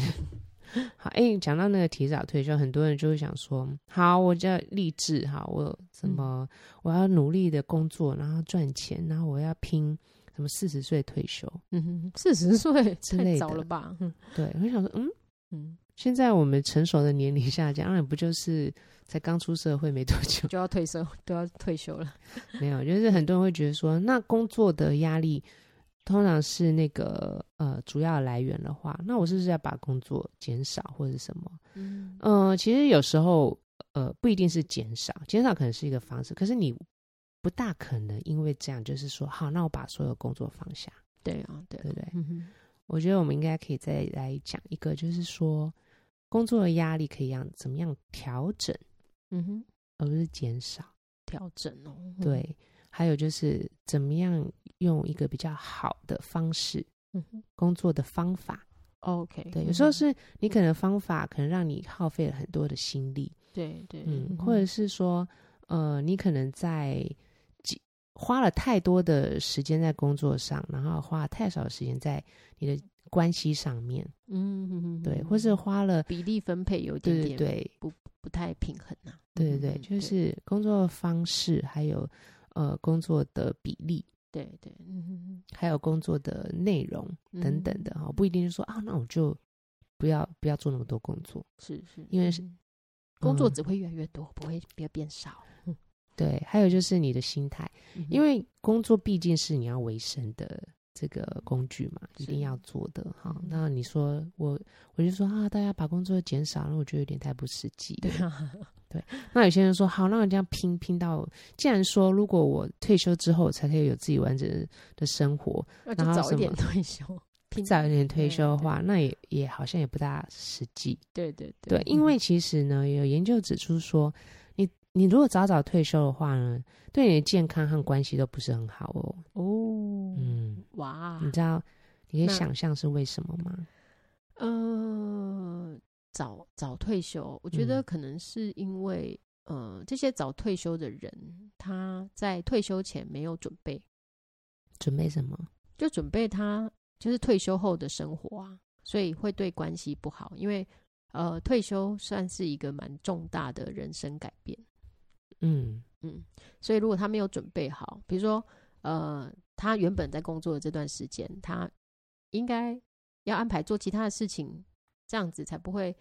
[SPEAKER 2] 好，哎、讲到那个提早退休，很多人就会想说，好，我就要励志，好，我什么，我要努力的工作，然后赚钱，然后我要拼什么四十岁退休。
[SPEAKER 1] 嗯哼，四十岁
[SPEAKER 2] 之类
[SPEAKER 1] 太
[SPEAKER 2] 的
[SPEAKER 1] 早了吧？嗯
[SPEAKER 2] 对，我就想说，嗯，
[SPEAKER 1] 嗯，，
[SPEAKER 2] 现在我们成熟的年龄下讲，当然不就是才刚出社会没多久
[SPEAKER 1] 就要退休，都要退休了。
[SPEAKER 2] 没有，就是很多人会觉得说，那工作的压力通常是那个呃主要来源的话，那我是不是要把工作减少或者什么？
[SPEAKER 1] 嗯
[SPEAKER 2] 嗯，其实有时候呃不一定是减少，减少可能是一个方式，可是你不大可能因为这样就是说好，那我把所有工作放下，
[SPEAKER 1] 对啊，对啊
[SPEAKER 2] 对，不对？
[SPEAKER 1] 嗯哼，
[SPEAKER 2] 我觉得我们应该可以再来讲一个，就是说工作的压力可以让怎么样调整，
[SPEAKER 1] 嗯哼，
[SPEAKER 2] 而不是减少。
[SPEAKER 1] 调整哦，嗯，
[SPEAKER 2] 对，还有就是怎么样用一个比较好的方式。
[SPEAKER 1] 嗯哼
[SPEAKER 2] 工作的方法，
[SPEAKER 1] ，OK，
[SPEAKER 2] 对，
[SPEAKER 1] 嗯
[SPEAKER 2] 有时候
[SPEAKER 1] 哼
[SPEAKER 2] 是你可能方法可能让你耗费了很多的心力，
[SPEAKER 1] 对对，
[SPEAKER 2] 嗯，或者是说，呃，你可能在几花了太多的时间在工作上，然后花了太少的时间在你的关系上面，
[SPEAKER 1] 嗯哼哼，
[SPEAKER 2] 对，
[SPEAKER 1] 嗯
[SPEAKER 2] 或是花了，
[SPEAKER 1] 比例分配有一点
[SPEAKER 2] 对对
[SPEAKER 1] 点
[SPEAKER 2] 对，
[SPEAKER 1] 不太平衡呐、
[SPEAKER 2] 对对
[SPEAKER 1] 嗯
[SPEAKER 2] 对，
[SPEAKER 1] 嗯
[SPEAKER 2] 就是工作方式，还有呃工作的比例，
[SPEAKER 1] 对对，嗯
[SPEAKER 2] 还有工作的内容
[SPEAKER 1] 嗯
[SPEAKER 2] 等等的哈，不一定就说啊，那我就不要不要做那么多工作，
[SPEAKER 1] 是是，
[SPEAKER 2] 因为是
[SPEAKER 1] 嗯工作
[SPEAKER 2] 嗯
[SPEAKER 1] 只会越来越多，不会不会变少。
[SPEAKER 2] 对，还有就是你的心态。
[SPEAKER 1] 嗯
[SPEAKER 2] 因为工作毕竟是你要维生的这个工具嘛，
[SPEAKER 1] 是
[SPEAKER 2] 一定要做的哈
[SPEAKER 1] 嗯。
[SPEAKER 2] 那你说我，我就说啊，大家把工作减少，那我觉得有点太不实际。
[SPEAKER 1] 对啊，
[SPEAKER 2] 那有些人说，好，那我这样拼拼到，既然说如果我退休之后才可以有自己完整的生活，
[SPEAKER 1] 那就
[SPEAKER 2] 然后
[SPEAKER 1] 早
[SPEAKER 2] 什
[SPEAKER 1] 一点
[SPEAKER 2] 么
[SPEAKER 1] 退休，
[SPEAKER 2] 提
[SPEAKER 1] 平
[SPEAKER 2] 早一点退
[SPEAKER 1] 对
[SPEAKER 2] 休的
[SPEAKER 1] 对
[SPEAKER 2] 话，那也也好像也不大实际。
[SPEAKER 1] 对对
[SPEAKER 2] 对，因
[SPEAKER 1] 嗯
[SPEAKER 2] 为其实呢，有研究指出说，你你如果早早退休的话呢，对你的健康和关系都不是很好哦。
[SPEAKER 1] 哦，
[SPEAKER 2] 嗯。
[SPEAKER 1] 哇，
[SPEAKER 2] 你知道，你可
[SPEAKER 1] 那
[SPEAKER 2] 以想象是为什么吗？
[SPEAKER 1] 呃，早早退休，我觉
[SPEAKER 2] 嗯
[SPEAKER 1] 得可能是因为、呃，这些早退休的人，他在退休前没有准备，
[SPEAKER 2] 准备什么？
[SPEAKER 1] 就准备他就是退休后的生活啊，所以会对关系不好，因为呃，退休算是一个蛮重大的人生改变，
[SPEAKER 2] 嗯
[SPEAKER 1] 嗯，所以如果他没有准备好，比如说呃，他原本在工作的这段时间，他应该要安排做其他的事情，这样子才不会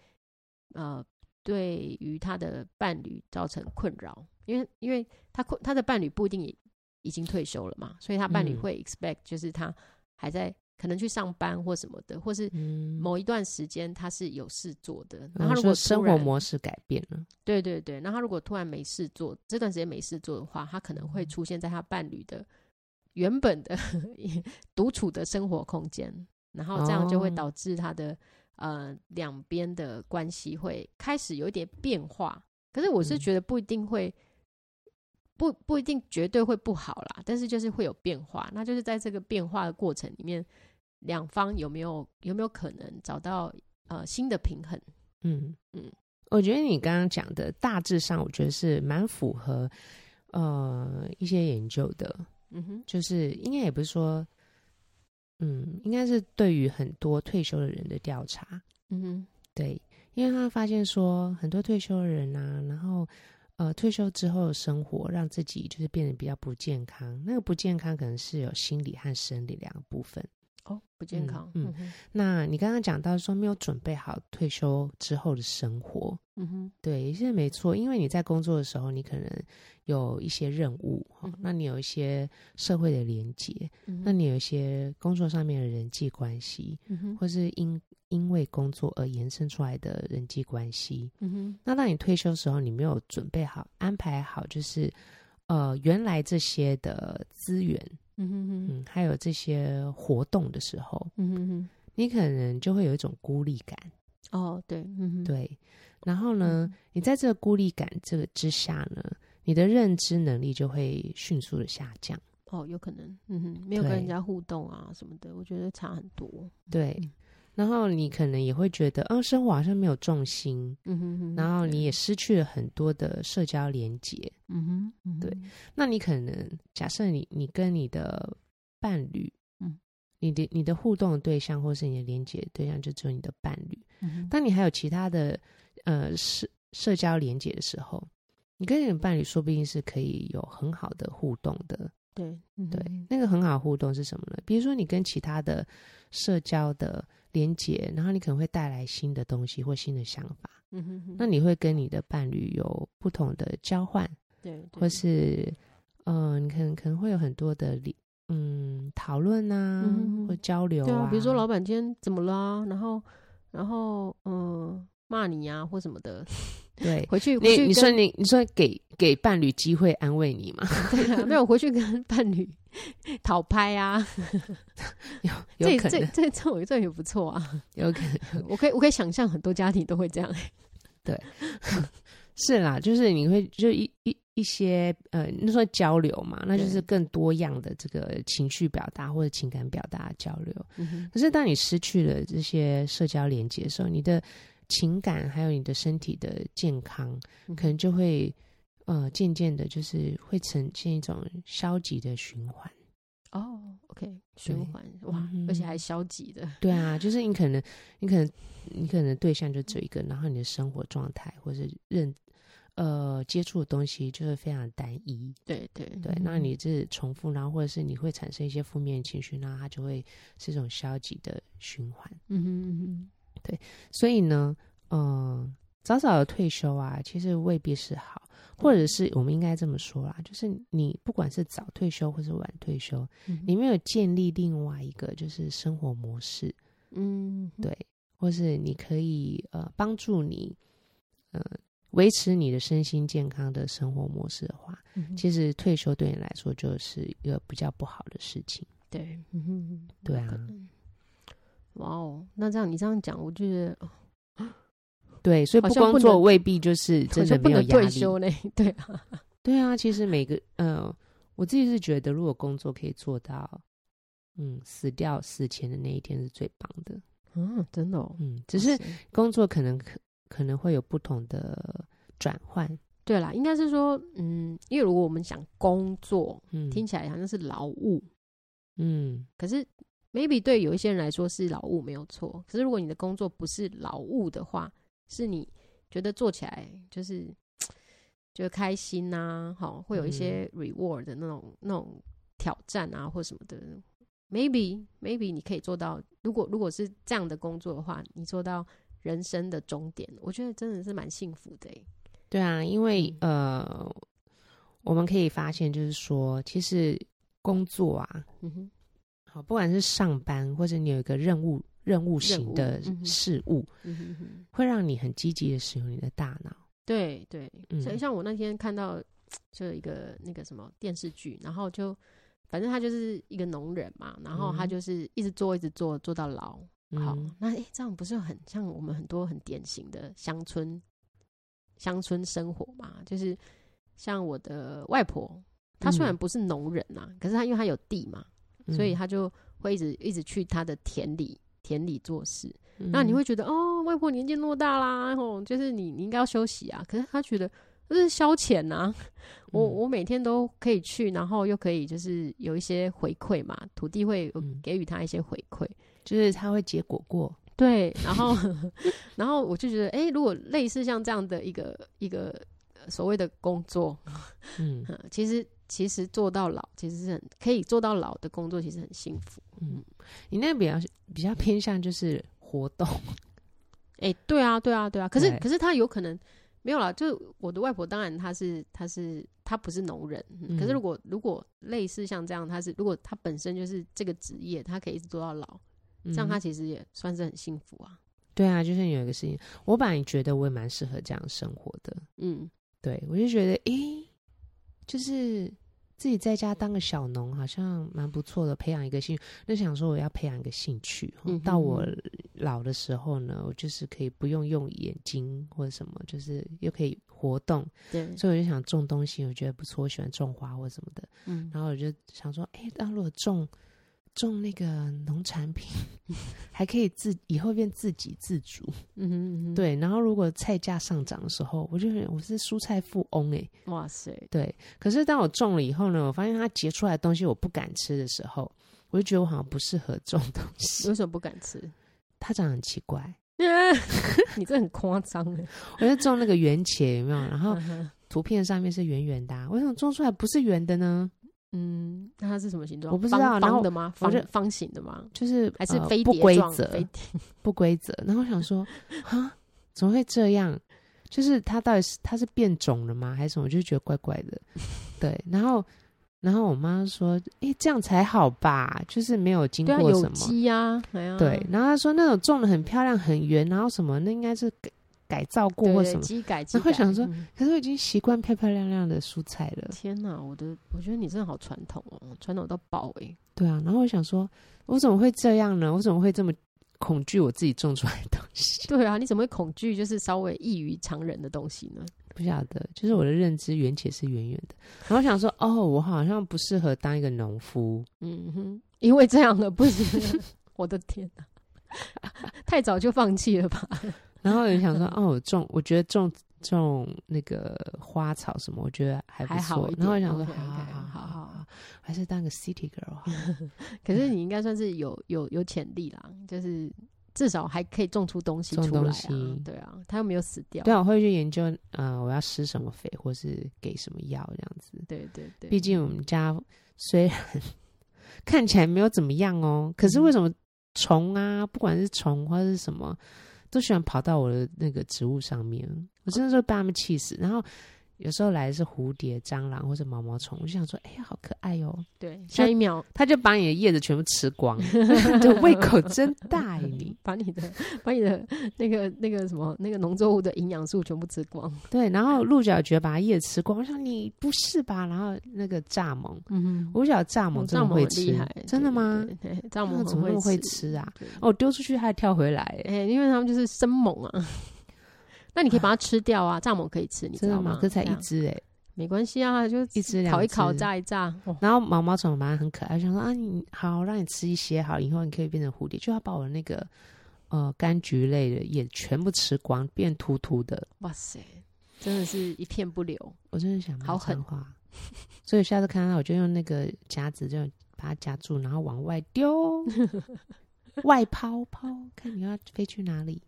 [SPEAKER 1] 呃对于他的伴侣造成困扰，因为因为他困他的伴侣不一定也已经退休了嘛，所以他伴侣
[SPEAKER 2] 嗯
[SPEAKER 1] 会 expect 就是他还在可能去上班或什么的，或是
[SPEAKER 2] 嗯，
[SPEAKER 1] 某一段时间他是有事做的，
[SPEAKER 2] 我
[SPEAKER 1] 然后
[SPEAKER 2] 嗯
[SPEAKER 1] 如
[SPEAKER 2] 说
[SPEAKER 1] 果
[SPEAKER 2] 哦生
[SPEAKER 1] 突
[SPEAKER 2] 活
[SPEAKER 1] 然
[SPEAKER 2] 模式改变了，
[SPEAKER 1] 对对对，那他如果突然没事做，这段时间没事做的话，他可能
[SPEAKER 2] 嗯
[SPEAKER 1] 会出现在他伴侣的原本的 独处的生活空间，然后这样就会
[SPEAKER 2] 哦
[SPEAKER 1] 导致他的、呃两边的关系会开始有一点变化。可是我是
[SPEAKER 2] 嗯
[SPEAKER 1] 觉得不一定会，不不一定绝对会不好啦，但是就是会有变化。那就是在这个变化的过程里面，两方有没有有没有可能找到呃新的平衡？
[SPEAKER 2] 嗯
[SPEAKER 1] 嗯，
[SPEAKER 2] 我觉得你刚刚讲的大致上，我觉得是蛮符合呃一些研究的，
[SPEAKER 1] 嗯哼，
[SPEAKER 2] 就是应该也不是说，嗯，应该是对于很多退休的人的调查，
[SPEAKER 1] 嗯哼，
[SPEAKER 2] 对，因为他发现说，很多退休的人啊，然后呃，退休之后的生活让自己就是变得比较不健康。那个不健康可能是有心理和生理两个部分。
[SPEAKER 1] 哦，不健
[SPEAKER 2] 嗯
[SPEAKER 1] 康，
[SPEAKER 2] 嗯
[SPEAKER 1] 嗯哼，
[SPEAKER 2] 那你刚刚讲到说没有准备好退休之后的生活，
[SPEAKER 1] 嗯哼，
[SPEAKER 2] 对，也是没错。因为你在工作的时候，你可能有一些任务，哦
[SPEAKER 1] 嗯哼
[SPEAKER 2] 那你有一些社会的连接，
[SPEAKER 1] 嗯哼
[SPEAKER 2] 那，你有一些工作上面的人际关系，
[SPEAKER 1] 嗯哼，
[SPEAKER 2] 或是因因为工作而延伸出来的人际关系，
[SPEAKER 1] 嗯哼，
[SPEAKER 2] 那当你退休的时候，你没有准备好、安排好，就是呃原来这些的资源，
[SPEAKER 1] 嗯哼哼，
[SPEAKER 2] 嗯，还有这些活动的时候，
[SPEAKER 1] 嗯哼哼，
[SPEAKER 2] 你可能就会有一种孤立感，
[SPEAKER 1] 哦，对，嗯哼，嗯
[SPEAKER 2] 对。嗯然后呢，你在这个孤立感这个之下呢，你的认知能力就会迅速的下降。
[SPEAKER 1] 哦，有可能，嗯哼，没有跟
[SPEAKER 2] 对
[SPEAKER 1] 人家互动啊什么的，我觉得差很多，
[SPEAKER 2] 对，然后你可能也会觉得，嗯，生活好像没有重心，
[SPEAKER 1] 嗯哼哼，
[SPEAKER 2] 然后你也
[SPEAKER 1] 对，
[SPEAKER 2] 失去了很多的社交连接。
[SPEAKER 1] 嗯哼，嗯哼
[SPEAKER 2] 对，那你可能假设你你跟你的伴侣，
[SPEAKER 1] 嗯，
[SPEAKER 2] 你的你的互动的对象或是你的连接的对象就只有你的伴侣，
[SPEAKER 1] 嗯哼
[SPEAKER 2] 当你还有其他的呃社社交连接的时候，你跟你的伴侣说不定是可以有很好的互动的。
[SPEAKER 1] 对，嗯
[SPEAKER 2] 对，
[SPEAKER 1] 哼
[SPEAKER 2] 那个很好的互动是什么呢？比如说你跟其他的社交的连接，然后你可能会带来新的东西或新的想法，
[SPEAKER 1] 嗯哼哼，
[SPEAKER 2] 那你会跟你的伴侣有不同的交换。
[SPEAKER 1] 对，对
[SPEAKER 2] 或是呃，你可能可能会有很多的理嗯讨论啊，
[SPEAKER 1] 嗯哼
[SPEAKER 2] 或交流
[SPEAKER 1] 对啊，比如说老
[SPEAKER 2] 板
[SPEAKER 1] 板今天怎么啦，然后然后嗯骂你呀、或什么的，。
[SPEAKER 2] 对
[SPEAKER 1] 回去回
[SPEAKER 2] 你
[SPEAKER 1] 去
[SPEAKER 2] 你说
[SPEAKER 1] 跟
[SPEAKER 2] 你你说给给伴侣机会安慰你嘛？
[SPEAKER 1] 对啊，没有回去跟伴侣 讨拍啊，
[SPEAKER 2] 有
[SPEAKER 1] 这
[SPEAKER 2] 有可
[SPEAKER 1] 这
[SPEAKER 2] 能，
[SPEAKER 1] 这这种这种也不 错啊，
[SPEAKER 2] 有可能
[SPEAKER 1] 我可以我可以想象很多家庭都会这样、欸
[SPEAKER 2] 是啦，就是你会就一一一些呃，那说交流嘛，那就是
[SPEAKER 1] 对
[SPEAKER 2] 更多样的这个情绪表达或者情感表达的交流。
[SPEAKER 1] 嗯哼
[SPEAKER 2] 可是当你失去了这些社交连接的时候，你的情感还有你的身体的健康，
[SPEAKER 1] 嗯
[SPEAKER 2] 可能就会呃渐渐的，就是会呈现一种消极的循环。
[SPEAKER 1] 哦，OK，循
[SPEAKER 2] 对
[SPEAKER 1] 环哇、
[SPEAKER 2] 嗯哼
[SPEAKER 1] 而且还消极的，
[SPEAKER 2] 对啊，就是你可能，你可能，你可能对象就只有一个，然后你的生活状态或者认呃接触的东西就是非常单一。
[SPEAKER 1] 对对
[SPEAKER 2] 对，那你这重复，然后或者是你会产生一些负面情绪，那它就会是一种消极的循环。
[SPEAKER 1] 嗯哼嗯哼
[SPEAKER 2] 所以呢，嗯，早早的退休啊，其实未必是好，或者是我们应该这么说啦，就是你不管是早退休或是晚退休，
[SPEAKER 1] 嗯哼
[SPEAKER 2] 你没有建立另外一个就是生活模式，
[SPEAKER 1] 嗯哼
[SPEAKER 2] 对，或是你可以呃帮助你呃维持你的身心健康的生活模式的话，
[SPEAKER 1] 嗯哼
[SPEAKER 2] 其实退休对你来说就是一个比较不好的事情。
[SPEAKER 1] 对，嗯哼，
[SPEAKER 2] 对
[SPEAKER 1] 有
[SPEAKER 2] 啊
[SPEAKER 1] 可能。哇哦，那这样你这样讲，我就觉
[SPEAKER 2] 哦
[SPEAKER 1] 得
[SPEAKER 2] 对，所以
[SPEAKER 1] 好
[SPEAKER 2] 不
[SPEAKER 1] 像
[SPEAKER 2] 工
[SPEAKER 1] 不
[SPEAKER 2] 作
[SPEAKER 1] 能
[SPEAKER 2] 未必就是
[SPEAKER 1] 好
[SPEAKER 2] 真的
[SPEAKER 1] 像不
[SPEAKER 2] 没有
[SPEAKER 1] 能
[SPEAKER 2] 压
[SPEAKER 1] 退
[SPEAKER 2] 力。
[SPEAKER 1] 休呢，对啊，
[SPEAKER 2] 对啊，其实每个呃，我自己是觉得，如果工作可以做到，嗯，死掉死前的那一天是最棒啊的。
[SPEAKER 1] 嗯，真的、哦，
[SPEAKER 2] 嗯，只是
[SPEAKER 1] 哇塞
[SPEAKER 2] 工作可能可可能会有不同的转换。
[SPEAKER 1] 对啦，应该是说，嗯，因为如果我们想工作，
[SPEAKER 2] 嗯，
[SPEAKER 1] 听起来好像是劳务，
[SPEAKER 2] 嗯
[SPEAKER 1] 可是 maybe 对有一些人来说是劳务没有错，可是如果你的工作不是劳务的话，是你觉得做起来就是觉得开心呐、好，会有一些 reward 的那种那种挑战啊或什么的，maybe maybe 你可以做到，如果如果是这样的工作的话，你做到人生的终点，我觉得真的是蛮幸福的、欸，
[SPEAKER 2] 对啊，因为
[SPEAKER 1] 嗯
[SPEAKER 2] 呃，我们可以发现，就是说，其实工作啊，
[SPEAKER 1] 嗯哼，
[SPEAKER 2] 好，不管是上班或者你有一个任务任务型
[SPEAKER 1] 务
[SPEAKER 2] 的
[SPEAKER 1] 嗯哼
[SPEAKER 2] 事物，
[SPEAKER 1] 嗯哼哼。
[SPEAKER 2] 会让你很积极的使用你的大脑。
[SPEAKER 1] 对对，所以
[SPEAKER 2] 嗯
[SPEAKER 1] 像我那天看到就有一个那个什么电视剧，然后就反正他就是一个农人嘛，然后他
[SPEAKER 2] 嗯
[SPEAKER 1] 就是一直做一直做做到老。好
[SPEAKER 2] 嗯，
[SPEAKER 1] 那诶、这样不是很像我们很多很典型的乡村乡村生活嘛？就是像我的外婆，她虽然
[SPEAKER 2] 嗯
[SPEAKER 1] 不是农人啊，可是她因为她有地嘛，所以
[SPEAKER 2] 嗯
[SPEAKER 1] 他就会一直一直去他的田里田里做事。那你
[SPEAKER 2] 嗯
[SPEAKER 1] 会觉得哦，外婆年纪那么大啦，哦，就是你你应该要休息啊。可是他觉得这是消遣呐、我
[SPEAKER 2] 嗯
[SPEAKER 1] 我每天都可以去，然后又可以就是有一些回馈嘛，土地会有
[SPEAKER 2] 嗯
[SPEAKER 1] 给予他一些回馈。
[SPEAKER 2] 就是他会结果过，
[SPEAKER 1] 对，然后 然后我就觉得，哎、如果类似像这样的一个一个呃所谓的工作，
[SPEAKER 2] 嗯
[SPEAKER 1] 嗯，其实其实做到老其实是很可以做到老的工作，其实很幸福。
[SPEAKER 2] 嗯，你那个比较比较偏向就是活动，
[SPEAKER 1] 哎、对啊，对啊，对啊。可是
[SPEAKER 2] 对
[SPEAKER 1] 可是他有可能没有啦，就我的外婆，当然她是她是她不是农人，嗯可是
[SPEAKER 2] 嗯
[SPEAKER 1] 如果如果类似像这样，她是如果她本身就是这个职业，她可以一直做到老，这样
[SPEAKER 2] 嗯
[SPEAKER 1] 她其实也算是很幸福啊。
[SPEAKER 2] 对啊，就是有一个事情，我本来觉得我也蛮适合这样生活的，
[SPEAKER 1] 嗯，
[SPEAKER 2] 对我就觉得，诶、就是自己在家当个小农，好像蛮不错的，培养一个兴趣。那想说我要培养一个兴趣，哦
[SPEAKER 1] 嗯哼
[SPEAKER 2] 到我老的时候呢，我就是可以不用用眼睛或者什么，就是又可以活动。
[SPEAKER 1] 对，
[SPEAKER 2] 所以我就想种东西，我觉得不错，我喜欢种花或什么的。
[SPEAKER 1] 嗯，
[SPEAKER 2] 然后我就想说，哎、那如果种种那个农产品， 还可以自以后变自给自足。
[SPEAKER 1] 嗯哼嗯哼，
[SPEAKER 2] 对，然后如果菜价上涨的时候，我就觉得我是蔬菜富翁哎、
[SPEAKER 1] 哇塞，
[SPEAKER 2] 对，可是当我种了以后呢，我发现它结出来的东西我不敢吃的时候，我就觉得我好像不适合种东西，
[SPEAKER 1] 为什么不敢吃？
[SPEAKER 2] 它长得很奇怪。
[SPEAKER 1] 你这很夸张欸的。
[SPEAKER 2] 我就种那个圆茄，有没有？然后
[SPEAKER 1] 嗯哼
[SPEAKER 2] 图片上面是圆圆的、啊，为什么种出来不是圆的呢？
[SPEAKER 1] 嗯，那它是什么形状？
[SPEAKER 2] 我不知
[SPEAKER 1] 方
[SPEAKER 2] 道然后
[SPEAKER 1] 方的吗？
[SPEAKER 2] 我
[SPEAKER 1] 方
[SPEAKER 2] 就
[SPEAKER 1] 方形的吗？
[SPEAKER 2] 就是
[SPEAKER 1] 还是
[SPEAKER 2] 呃
[SPEAKER 1] 飞
[SPEAKER 2] 不
[SPEAKER 1] 碟
[SPEAKER 2] 规
[SPEAKER 1] 状？
[SPEAKER 2] 则，
[SPEAKER 1] 飞碟
[SPEAKER 2] 不规则。然后我想 说，啊，怎么会这样？就是它到底是它是变种了吗，还是什么？我就觉得怪怪的。对，然后然后我妈说，诶，这样才好吧，就是没有经
[SPEAKER 1] 对啊，
[SPEAKER 2] 过
[SPEAKER 1] 有
[SPEAKER 2] 什么。
[SPEAKER 1] 机呀，哎呀，
[SPEAKER 2] 对，然后她说那种种的很漂亮、很圆，然后什么那应该是改改造过或
[SPEAKER 1] 对
[SPEAKER 2] 什么。
[SPEAKER 1] 机改机
[SPEAKER 2] 那
[SPEAKER 1] 改。
[SPEAKER 2] 会想说
[SPEAKER 1] 嗯
[SPEAKER 2] 可是我已经习惯漂漂亮亮的蔬菜了。
[SPEAKER 1] 天哪，我的，我觉得你真的好传统哦，传统到爆 哎。
[SPEAKER 2] 对啊，然后我想说，我怎么会这样呢？我怎么会这么恐惧我自己种出来的东西？
[SPEAKER 1] 对啊，你怎么会恐惧就是稍微异于常人的东西呢？
[SPEAKER 2] 不晓得，就是我的认知原且是远远的。然后我想说，哦，我好像不适合当一个农夫。
[SPEAKER 1] 嗯哼，因为这样的不行， 我的天哪， 太早就放弃了吧？
[SPEAKER 2] 然后我就想说，哦，我种，我觉得种种那个花草什么，我觉得还不
[SPEAKER 1] 还好
[SPEAKER 2] 错
[SPEAKER 1] 一。点
[SPEAKER 2] 然后我想说，
[SPEAKER 1] OK，OK，
[SPEAKER 2] 好好好
[SPEAKER 1] 好
[SPEAKER 2] 好
[SPEAKER 1] 好
[SPEAKER 2] 好好，还是当个 city girl 好了。
[SPEAKER 1] 可是你应该算是有有有潜力啦，就是至少还可以种出东西
[SPEAKER 2] 种
[SPEAKER 1] 出来
[SPEAKER 2] 东
[SPEAKER 1] 啊
[SPEAKER 2] 西。
[SPEAKER 1] 对啊，他又没有死掉。
[SPEAKER 2] 对啊，我会去研究，呃，我要施什么肥，或是给什么药这样子。
[SPEAKER 1] 对对对，
[SPEAKER 2] 毕竟我们家虽然看起来没有怎么样 哦，可是为什么虫
[SPEAKER 1] 嗯
[SPEAKER 2] 啊，不管是虫或者是什么，都喜欢跑到我的那个植物上面，我真的是会被它们气死。然后有时候来的是蝴蝶、蟑螂或者毛毛虫，我就想说，哎呀，好可爱哦，
[SPEAKER 1] 对，
[SPEAKER 2] 就
[SPEAKER 1] 下一秒
[SPEAKER 2] 它就把你的叶子全部吃 光，你的胃口真大哎你。
[SPEAKER 1] 把你的 把你的那个那个什么那个农作物的营养素全部吃光。
[SPEAKER 2] 对，然后鹿角蕨把它叶子吃光，我想你不是吧？然后那个蚱蜢，
[SPEAKER 1] 嗯
[SPEAKER 2] 我不晓得蚱蜢真
[SPEAKER 1] 哦蚱
[SPEAKER 2] 的
[SPEAKER 1] 蜢
[SPEAKER 2] 会
[SPEAKER 1] 很
[SPEAKER 2] 吃，
[SPEAKER 1] 厉害，
[SPEAKER 2] 真的吗？
[SPEAKER 1] 对？对对
[SPEAKER 2] 那
[SPEAKER 1] 蚱蜢
[SPEAKER 2] 怎么那
[SPEAKER 1] 很
[SPEAKER 2] 么会
[SPEAKER 1] 吃。
[SPEAKER 2] 吃啊？
[SPEAKER 1] 对
[SPEAKER 2] 哦，丢出去它还跳回来、欸，
[SPEAKER 1] 哎，因为他们就是生猛啊。 那你可以把它吃掉啊，蚱蜢可以吃，你知
[SPEAKER 2] 真的
[SPEAKER 1] 道
[SPEAKER 2] 吗
[SPEAKER 1] 吗？？
[SPEAKER 2] 这才
[SPEAKER 1] 对
[SPEAKER 2] 一
[SPEAKER 1] 啊，
[SPEAKER 2] 只哎、欸，
[SPEAKER 1] 没关系啊，就
[SPEAKER 2] 一只
[SPEAKER 1] 烤一烤，
[SPEAKER 2] 两只
[SPEAKER 1] 炸一炸。哦
[SPEAKER 2] 然后毛毛虫反正很可爱，我想说啊，你好，让你吃一些好，以后你可以变成蝴蝶，就要把我那个呃柑橘类的也全部吃光，变秃秃的。
[SPEAKER 1] 哇塞，真的是一片不留。
[SPEAKER 2] 我真的想
[SPEAKER 1] 好狠
[SPEAKER 2] 话，所以下次看到我就用那个夹子就把它夹住，然后往外 丢，外抛抛，看你要飞去哪里。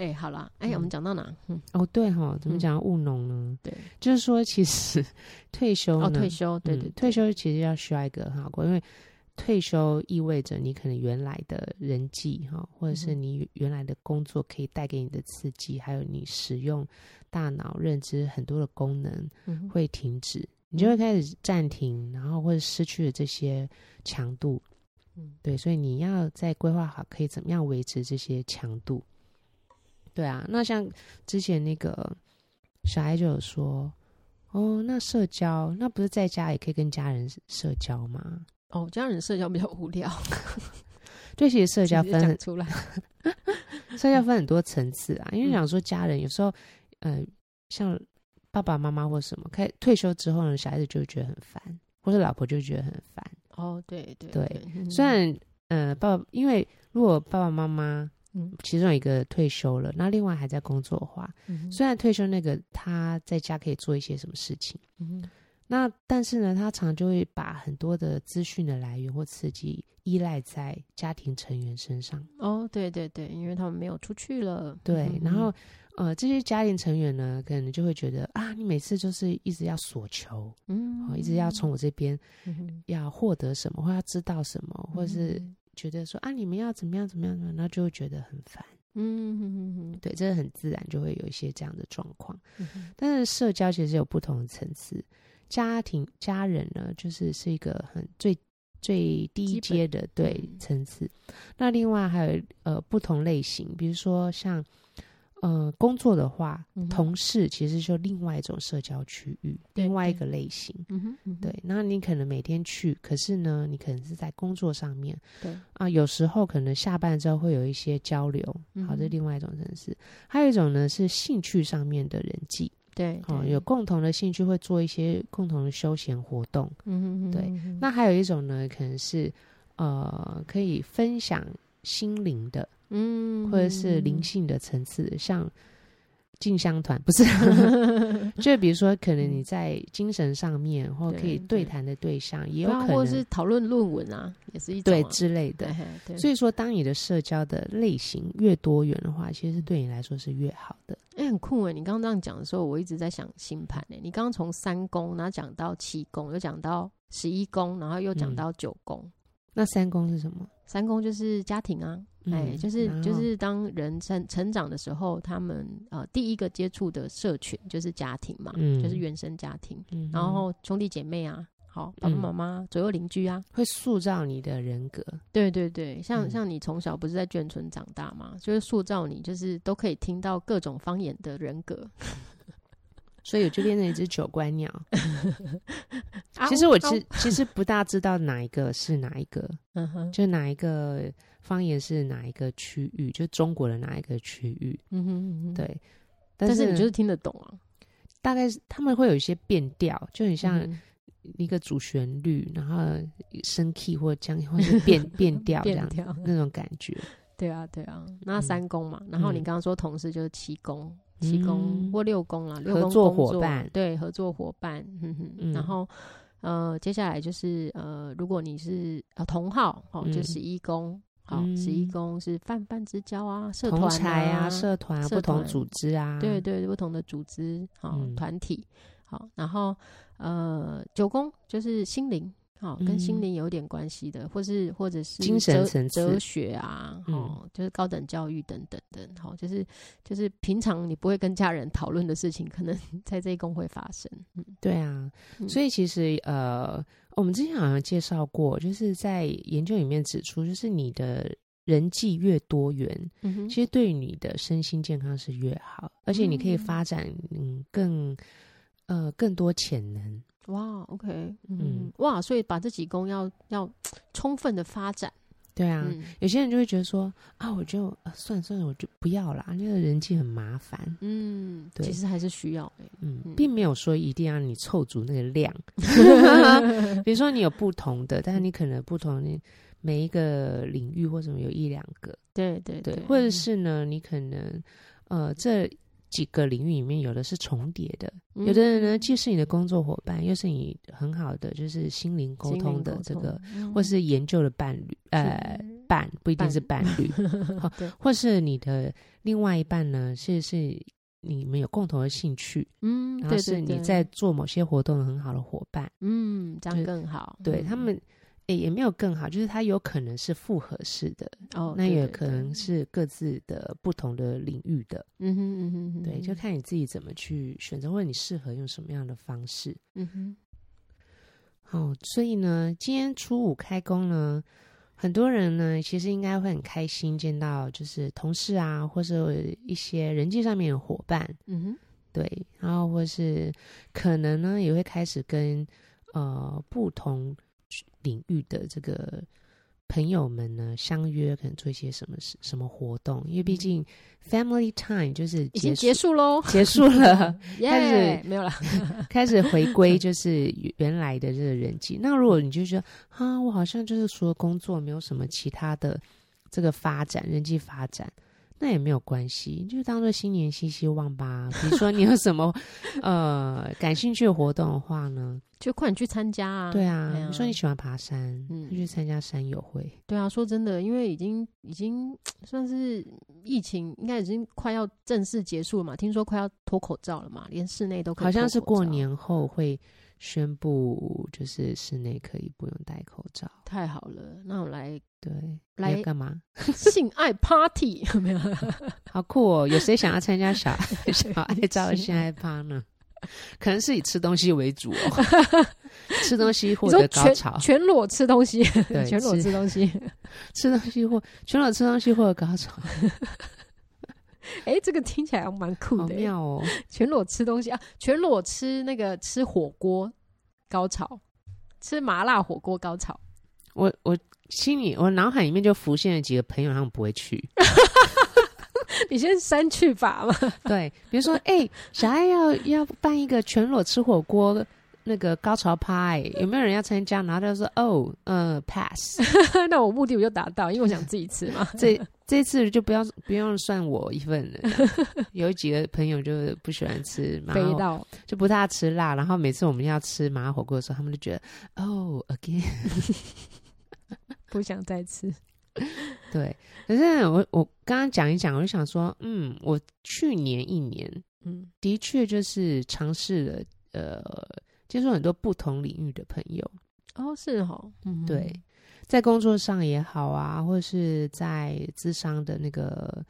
[SPEAKER 1] 哎、好啦，哎、我们
[SPEAKER 2] 嗯
[SPEAKER 1] 讲到哪？嗯，
[SPEAKER 2] 哦，对哈，怎么
[SPEAKER 1] 嗯
[SPEAKER 2] 讲到务农呢？
[SPEAKER 1] 对，
[SPEAKER 2] 就是说其实 退休呢，
[SPEAKER 1] 哦，退休，对
[SPEAKER 2] 嗯
[SPEAKER 1] 对
[SPEAKER 2] 退，休其实要需要一个很好过，因为退休意味着你可能原来的人际哈，或者是
[SPEAKER 1] 嗯哼
[SPEAKER 2] 你原来的工作可以带给你的刺激，还有你使用大脑认知很多的功能
[SPEAKER 1] 嗯
[SPEAKER 2] 会停止，你就会开始暂停，然后或者失去了这些强度。
[SPEAKER 1] 嗯
[SPEAKER 2] 对，所以你要再规划好可以怎么样维持这些强度。对啊，那像之前那个小艾就有说，哦，那社交那不是在家也可以跟家人社交吗？
[SPEAKER 1] 哦，家人社交比较无聊，
[SPEAKER 2] 对，其实社 交
[SPEAKER 1] 直接
[SPEAKER 2] 分
[SPEAKER 1] 讲
[SPEAKER 2] 很
[SPEAKER 1] 出来，
[SPEAKER 2] 社交分很多层次啊，因为
[SPEAKER 1] 嗯
[SPEAKER 2] 想说家人有时候，呃，像爸爸妈妈或什么，开退休之后呢，小孩子就会觉得很烦，或者老婆就会觉得很烦。
[SPEAKER 1] 哦，对对
[SPEAKER 2] 对
[SPEAKER 1] 对，嗯
[SPEAKER 2] 虽然呃，爸爸因为如果爸爸妈妈
[SPEAKER 1] 嗯
[SPEAKER 2] 其中一个退休了，那另外还在工作的话，
[SPEAKER 1] 嗯
[SPEAKER 2] 虽然退休那个他在家可以做一些什么事情，
[SPEAKER 1] 嗯哼
[SPEAKER 2] 那但是呢，他常就会把很多的资讯的来源或刺激依赖在家庭成员身上。
[SPEAKER 1] 哦，对对对，因为他们没有出去了，
[SPEAKER 2] 对，
[SPEAKER 1] 嗯
[SPEAKER 2] 然后呃，这些家庭成员呢，可能就会觉得啊，你每次就是一直要索求，
[SPEAKER 1] 嗯
[SPEAKER 2] 哦，一直要从我这边
[SPEAKER 1] 嗯哼
[SPEAKER 2] 要获得什么，或要知道什么，或是
[SPEAKER 1] 嗯
[SPEAKER 2] 觉得说啊，你们要怎么样怎么样怎么样，那就会觉得很烦。
[SPEAKER 1] 嗯哼哼哼
[SPEAKER 2] 对，这很自然就会有一些这样的状况。
[SPEAKER 1] 嗯哼
[SPEAKER 2] 但是社交其实有不同的层次，家庭家人呢，就是是一个很最最低
[SPEAKER 1] 基本
[SPEAKER 2] 阶的对
[SPEAKER 1] 嗯
[SPEAKER 2] 层次。那另外还有呃不同类型，比如说像呃工作的话，
[SPEAKER 1] 嗯哼
[SPEAKER 2] 同事其实就另外一种社交区域，
[SPEAKER 1] 对
[SPEAKER 2] 另外一
[SPEAKER 1] 对
[SPEAKER 2] 个类型。
[SPEAKER 1] 嗯哼嗯哼
[SPEAKER 2] 对，那你可能每天去，可是呢，你可能是在工作上面
[SPEAKER 1] 对，
[SPEAKER 2] 啊，有时候可能下班之后会有一些交流，好，这
[SPEAKER 1] 嗯
[SPEAKER 2] 是另外一种城市。还有一种呢是兴趣上面的人际，
[SPEAKER 1] 对
[SPEAKER 2] 哦，
[SPEAKER 1] 对
[SPEAKER 2] 有共同的兴趣会做一些共同的休闲活动。
[SPEAKER 1] 嗯哼哼
[SPEAKER 2] 对
[SPEAKER 1] 哼哼
[SPEAKER 2] 那还有一种呢，可能是呃可以分享心灵的
[SPEAKER 1] 嗯
[SPEAKER 2] 或者是灵性的层次，像。进香团 不是，就比如说，可能你在精神上面，或可以
[SPEAKER 1] 嗯
[SPEAKER 2] 对
[SPEAKER 1] 对对
[SPEAKER 2] 谈的对象，也有
[SPEAKER 1] 对啊
[SPEAKER 2] 可
[SPEAKER 1] 或
[SPEAKER 2] 能
[SPEAKER 1] 者是讨论论文啊，也是一种
[SPEAKER 2] 对
[SPEAKER 1] 啊
[SPEAKER 2] 之类的。
[SPEAKER 1] 嘿对，
[SPEAKER 2] 所以说，当你的社交的类型越多元的话，其实对你来说是越好的。
[SPEAKER 1] 哎、很酷哎！你刚刚这样讲的时候，我一直在想星盘哎。你刚刚从三宫，然后讲到七宫，又讲到十一宫，然后又讲
[SPEAKER 2] 嗯
[SPEAKER 1] 到九宫。
[SPEAKER 2] 那三宫是什么？
[SPEAKER 1] 三宫就是家庭啊，
[SPEAKER 2] 嗯
[SPEAKER 1] 哎、就是
[SPEAKER 2] 然
[SPEAKER 1] 就
[SPEAKER 2] 后
[SPEAKER 1] 是当人成成长的时候，他们呃第一个接触的社群就是家庭嘛，
[SPEAKER 2] 嗯
[SPEAKER 1] 就是原生家庭，
[SPEAKER 2] 嗯哼
[SPEAKER 1] 然后兄弟姐妹啊，好爸爸
[SPEAKER 2] 嗯
[SPEAKER 1] 妈妈、左右邻居啊，
[SPEAKER 2] 会塑造你的人格。
[SPEAKER 1] 对对对，像、
[SPEAKER 2] 嗯
[SPEAKER 1] 像你从小不是在眷村长大嘛，就是塑造你，就是都可以听到各种方言的人格，
[SPEAKER 2] 所以我就变成一只九官 鸟。
[SPEAKER 1] 啊
[SPEAKER 2] 其实我
[SPEAKER 1] 哦
[SPEAKER 2] 其其实不大知道哪一个是哪一个，
[SPEAKER 1] 嗯哼，
[SPEAKER 2] 就哪一个方言是哪一个区域，就中国的哪一个区域。
[SPEAKER 1] 嗯哼嗯哼，
[SPEAKER 2] 对，
[SPEAKER 1] 但
[SPEAKER 2] 但是
[SPEAKER 1] 你就是听得懂啊，
[SPEAKER 2] 大概是他们会有一些变调，就很像
[SPEAKER 1] 嗯
[SPEAKER 2] 一个主旋律，然后升 key 或降，或是 变变调这
[SPEAKER 1] 变
[SPEAKER 2] 样
[SPEAKER 1] 调，
[SPEAKER 2] 那种感觉。
[SPEAKER 1] 对啊对啊，那三宫嘛，然后你
[SPEAKER 2] 嗯
[SPEAKER 1] 刚刚说同事就是七宫，七宫
[SPEAKER 2] 嗯
[SPEAKER 1] 或六宫啦，六
[SPEAKER 2] 合
[SPEAKER 1] 宫
[SPEAKER 2] 作
[SPEAKER 1] 工作
[SPEAKER 2] 伙伴
[SPEAKER 1] 对合作伙伴，嗯哼，
[SPEAKER 2] 嗯
[SPEAKER 1] 然后。呃，接下来就是呃，如果你是呃同号哦，就
[SPEAKER 2] 嗯
[SPEAKER 1] 十一宫，好，
[SPEAKER 2] 嗯
[SPEAKER 1] 十一宫是泛泛之交啊，社
[SPEAKER 2] 同
[SPEAKER 1] 团
[SPEAKER 2] 才啊、社团、啊、
[SPEAKER 1] 社
[SPEAKER 2] 不同
[SPEAKER 1] 团
[SPEAKER 2] 组织啊，
[SPEAKER 1] 对对，不同的组织好
[SPEAKER 2] 嗯
[SPEAKER 1] 团、体好，然后呃九宫就是心灵好，跟心
[SPEAKER 2] 嗯
[SPEAKER 1] 灵有点关系的，或是或者是
[SPEAKER 2] 精神
[SPEAKER 1] 哲
[SPEAKER 2] 层次嗯
[SPEAKER 1] 哲学啊，哦、就是高等教育等等等，好，就是就是平常你不会跟家人讨论的事情，可能 在这一宫会发生。嗯
[SPEAKER 2] 对啊，
[SPEAKER 1] 嗯
[SPEAKER 2] 所以其实呃，我们之前好像介绍过，就是在研究里面指出，就是你的人际越多元，
[SPEAKER 1] 嗯哼
[SPEAKER 2] 其实对于你的身心健康是越好，而且你可以
[SPEAKER 1] 嗯
[SPEAKER 2] 发展嗯更呃更多潜能。
[SPEAKER 1] 哇，OK，嗯
[SPEAKER 2] 嗯
[SPEAKER 1] 哇，所以把这几宫要要充分的发展，
[SPEAKER 2] 对啊，
[SPEAKER 1] 嗯
[SPEAKER 2] 有些人就会觉得说啊，我就、呃、算了算了，我就不要啦，那个人际很麻烦。
[SPEAKER 1] 嗯，
[SPEAKER 2] 对
[SPEAKER 1] 其实还是需要的、
[SPEAKER 2] 嗯
[SPEAKER 1] 嗯，
[SPEAKER 2] 并没有说一定要你凑足那个 量。比如说你有不同的，但是你可能不同的每一个领域或什么有一两个，
[SPEAKER 1] 对对
[SPEAKER 2] 对
[SPEAKER 1] 对，，嗯
[SPEAKER 2] 或者是呢，你可能呃这几个领域里面有的是重叠的，有的人呢
[SPEAKER 1] 嗯
[SPEAKER 2] 既是你的工作伙伴，又是你很好的就是心灵沟
[SPEAKER 1] 心灵
[SPEAKER 2] 通的
[SPEAKER 1] 沟
[SPEAKER 2] 这
[SPEAKER 1] 通
[SPEAKER 2] 个，，
[SPEAKER 1] 嗯
[SPEAKER 2] 或是研究的伴侣，呃，伴不一定是伴侣，好
[SPEAKER 1] 对，
[SPEAKER 2] 或是你的另外一半呢，是是你们有共同的兴趣，
[SPEAKER 1] 嗯，
[SPEAKER 2] 然后
[SPEAKER 1] 对
[SPEAKER 2] 是
[SPEAKER 1] 对
[SPEAKER 2] 你
[SPEAKER 1] 对
[SPEAKER 2] 在做某些活动的很好的伙伴，
[SPEAKER 1] 嗯，这样
[SPEAKER 2] 对
[SPEAKER 1] 更好，
[SPEAKER 2] 对
[SPEAKER 1] 嗯
[SPEAKER 2] 他们。诶也没有更好，就是他有可能是复合式的，
[SPEAKER 1] 哦，
[SPEAKER 2] 那
[SPEAKER 1] 对
[SPEAKER 2] 也
[SPEAKER 1] 对
[SPEAKER 2] 可
[SPEAKER 1] 对
[SPEAKER 2] 能是各自的不同的领域的，
[SPEAKER 1] 嗯哼嗯哼嗯哼，
[SPEAKER 2] 对，就看你自己怎么去选择，或者你适合用什么样的方式。
[SPEAKER 1] 嗯哼，
[SPEAKER 2] 好，所以呢，今天初五开工呢，很多人呢其实应该会很开心见到就是同事啊，或是一些人际上面的伙伴，
[SPEAKER 1] 嗯哼，
[SPEAKER 2] 对，然后或是可能呢也会开始跟呃不同领域的这个朋友们呢相约，可能做一些什么事什么活动，因为毕竟 family time 就是
[SPEAKER 1] 嗯已
[SPEAKER 2] 结
[SPEAKER 1] 经
[SPEAKER 2] 束
[SPEAKER 1] 结束喽，
[SPEAKER 2] 结束了，
[SPEAKER 1] 耶，没有啦，
[SPEAKER 2] 开始回归 就是原来的这个人际。那如果你就觉得啊，我好像就是除了工作没有什么其他的这个发展，人际发展，那也没有关系，就当做新年新希望 吧。比如说你有什么呃感兴趣的活动的话呢？
[SPEAKER 1] 就快点去参加啊！
[SPEAKER 2] 对啊，
[SPEAKER 1] 哎呀
[SPEAKER 2] 你说你喜欢爬山，
[SPEAKER 1] 嗯
[SPEAKER 2] 就去参加山友会。
[SPEAKER 1] 对啊，说真的，因为已经已经算是疫情，应该已经快要正式结束了嘛。听说快要脱口罩了嘛，连室内都可以
[SPEAKER 2] 好像
[SPEAKER 1] 脱
[SPEAKER 2] 是
[SPEAKER 1] 口
[SPEAKER 2] 过
[SPEAKER 1] 罩，
[SPEAKER 2] 年后会宣布，就是室内可以不用戴口罩。
[SPEAKER 1] 太好了。那我来
[SPEAKER 2] 对，
[SPEAKER 1] 来
[SPEAKER 2] 你要干嘛？
[SPEAKER 1] 性爱 party 没有啦？
[SPEAKER 2] 好酷哦！有谁想要参加小 小爱照
[SPEAKER 1] 是
[SPEAKER 2] 现爱趴呢？可能是以吃东西为主哦，吃东西获
[SPEAKER 1] 你
[SPEAKER 2] 得
[SPEAKER 1] 说
[SPEAKER 2] 高
[SPEAKER 1] 全
[SPEAKER 2] 潮，
[SPEAKER 1] 全裸吃东西，
[SPEAKER 2] 对，
[SPEAKER 1] 全裸
[SPEAKER 2] 吃
[SPEAKER 1] 吃东西。
[SPEAKER 2] 吃东西获全裸吃东西获得高潮，
[SPEAKER 1] 哎、这个听起来还蛮酷
[SPEAKER 2] 好
[SPEAKER 1] 的耶。欸
[SPEAKER 2] 妙哦！
[SPEAKER 1] 全裸吃东西啊，全裸吃那个吃火锅高潮，吃麻辣火锅高潮。
[SPEAKER 2] 我我心里我脑海里面就浮现了几个朋友，他们不会去。
[SPEAKER 1] 你先删去吧嘛。
[SPEAKER 2] 对，比如说，哎、小爱要要办一个全裸吃火锅那个高潮趴、哎，有没有人要参加？然后他就说，哦，呃，pass，
[SPEAKER 1] 那我目的我就达到，因为我想自己吃 嘛。
[SPEAKER 2] 这这次就不要不用算我一份 了。这样有几个朋友就不喜欢吃麻
[SPEAKER 1] 飞
[SPEAKER 2] 辣，
[SPEAKER 1] 到
[SPEAKER 2] 就不大吃辣，然后每次我们要吃麻辣火锅的时候，他们就觉得，哦，again，
[SPEAKER 1] 不想再吃。
[SPEAKER 2] 对。可是我我刚刚讲一讲，我就想说，嗯，我去年一年
[SPEAKER 1] 嗯
[SPEAKER 2] 的确就是尝试了，呃，接触很多不同领域的朋友。
[SPEAKER 1] 哦，是哦，嗯，
[SPEAKER 2] 对，在工作上也好啊，或是在智商的那个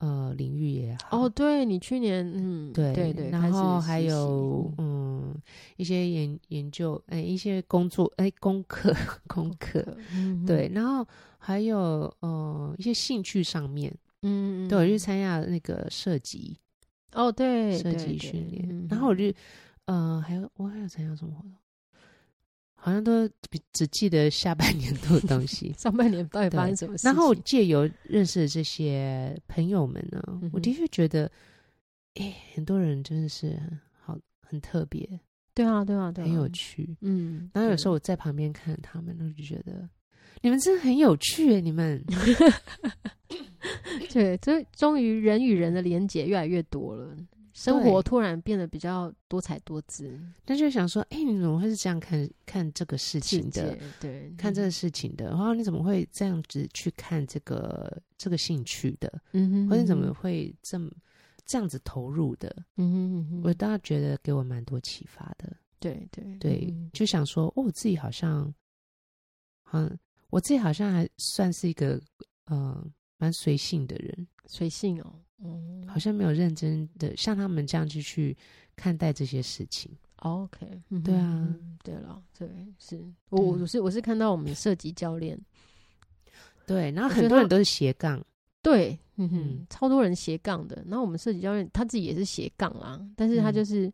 [SPEAKER 2] 呃领域也好。
[SPEAKER 1] 哦，，对你去年，嗯，
[SPEAKER 2] 对
[SPEAKER 1] 对对，
[SPEAKER 2] 然
[SPEAKER 1] 开始
[SPEAKER 2] 后
[SPEAKER 1] 实
[SPEAKER 2] 还
[SPEAKER 1] 习
[SPEAKER 2] 有
[SPEAKER 1] 嗯
[SPEAKER 2] 嗯一些研研究，哎，一些工作，哎，功课功课。
[SPEAKER 1] 嗯
[SPEAKER 2] 对，，然后还有呃一些兴趣上面，
[SPEAKER 1] 嗯，嗯
[SPEAKER 2] 对我去参加那个射击
[SPEAKER 1] 哦，对，
[SPEAKER 2] 射
[SPEAKER 1] 对
[SPEAKER 2] 击
[SPEAKER 1] 对
[SPEAKER 2] 训练
[SPEAKER 1] 嗯，
[SPEAKER 2] 然后我就呃还有我还有参加什么活动？好像都只只记得下半年度的东 西，
[SPEAKER 1] 上半年到底发
[SPEAKER 2] 对
[SPEAKER 1] 生什么事情？
[SPEAKER 2] 然后借由认识的这些朋友们呢，
[SPEAKER 1] 嗯
[SPEAKER 2] 我
[SPEAKER 1] 哼
[SPEAKER 2] 的确觉得，哎、很多人真的是很好、很特别、
[SPEAKER 1] 对啊，对啊，对啊，
[SPEAKER 2] 很有趣。
[SPEAKER 1] 嗯，
[SPEAKER 2] 然后有
[SPEAKER 1] 对
[SPEAKER 2] 时候我在旁边看着他们，我就觉得你们真的很有趣耶，你们
[SPEAKER 1] 对，所以终于人与人的连结越来越多了，生
[SPEAKER 2] 对
[SPEAKER 1] 活突然变得比较多彩多姿。
[SPEAKER 2] 但就想说，哎、你怎么会是这样看看这个事
[SPEAKER 1] 世
[SPEAKER 2] 情的
[SPEAKER 1] 界？对，
[SPEAKER 2] 看这
[SPEAKER 1] 嗯
[SPEAKER 2] 个事情的，然后你怎么会这样子去看这个这个兴趣的，
[SPEAKER 1] 嗯哼，
[SPEAKER 2] 或者你怎
[SPEAKER 1] 嗯
[SPEAKER 2] 么
[SPEAKER 1] 哼
[SPEAKER 2] 会这么这样子投入的？
[SPEAKER 1] 嗯哼嗯哼，
[SPEAKER 2] 我倒觉得给我蛮多启发的。
[SPEAKER 1] 对对
[SPEAKER 2] 对
[SPEAKER 1] 嗯，
[SPEAKER 2] 就想说，哦，我自己好像，嗯，我自己好像还算是一个，呃，蛮随性的人，
[SPEAKER 1] 随性哦，嗯
[SPEAKER 2] 好像没有认真的像他们这样去去看待这些事情。
[SPEAKER 1] ，OK，嗯
[SPEAKER 2] 对
[SPEAKER 1] 哼
[SPEAKER 2] 啊，
[SPEAKER 1] 嗯对了，对，是我我是我是看到我们射击教练，
[SPEAKER 2] 对，然后
[SPEAKER 1] 我
[SPEAKER 2] 很
[SPEAKER 1] 觉
[SPEAKER 2] 多
[SPEAKER 1] 得
[SPEAKER 2] 人都是斜杠，
[SPEAKER 1] 对，嗯哼
[SPEAKER 2] 嗯，
[SPEAKER 1] 超多人斜杠的。然后我们射击教练他自己也是斜杠啦，但是他
[SPEAKER 2] 嗯
[SPEAKER 1] 就是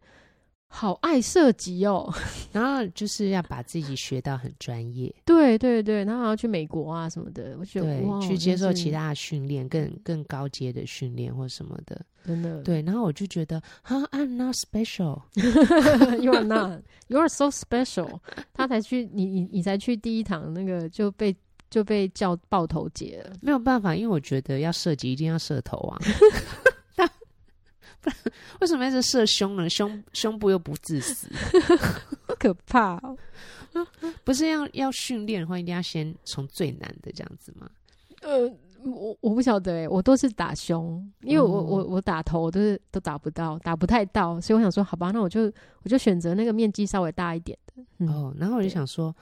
[SPEAKER 1] 好爱射击哦，
[SPEAKER 2] 然后就是要把自己学到很专业，
[SPEAKER 1] 对对对，他好像去美国啊什么的，我觉得
[SPEAKER 2] 对
[SPEAKER 1] 哇，，
[SPEAKER 2] 去接受其
[SPEAKER 1] 他。
[SPEAKER 2] 他的训练，更更高阶的训练或什么的。
[SPEAKER 1] 真的，
[SPEAKER 2] 对，然后我就觉得，哈，I'm not special，
[SPEAKER 1] ，You are not, you are so special。他 才去，你你你才去第一堂那个就被就被叫爆头姐了，
[SPEAKER 2] 没有办法，因为我觉得要射击一定要射头 啊，不然为什么要是射胸呢？胸胸部又不致死，
[SPEAKER 1] 好可怕、哦。
[SPEAKER 2] 不是要要训练的话，一定要先从最难的这样子吗？
[SPEAKER 1] 呃，我我不晓得哎、我都是打胸，因为我、
[SPEAKER 2] 哦
[SPEAKER 1] 我我打头我都是都打不到，打不太到，所以我想说，好吧，那我就我就选择那个面积稍微大一点的。嗯、
[SPEAKER 2] 哦，然后我就
[SPEAKER 1] 对
[SPEAKER 2] 想说，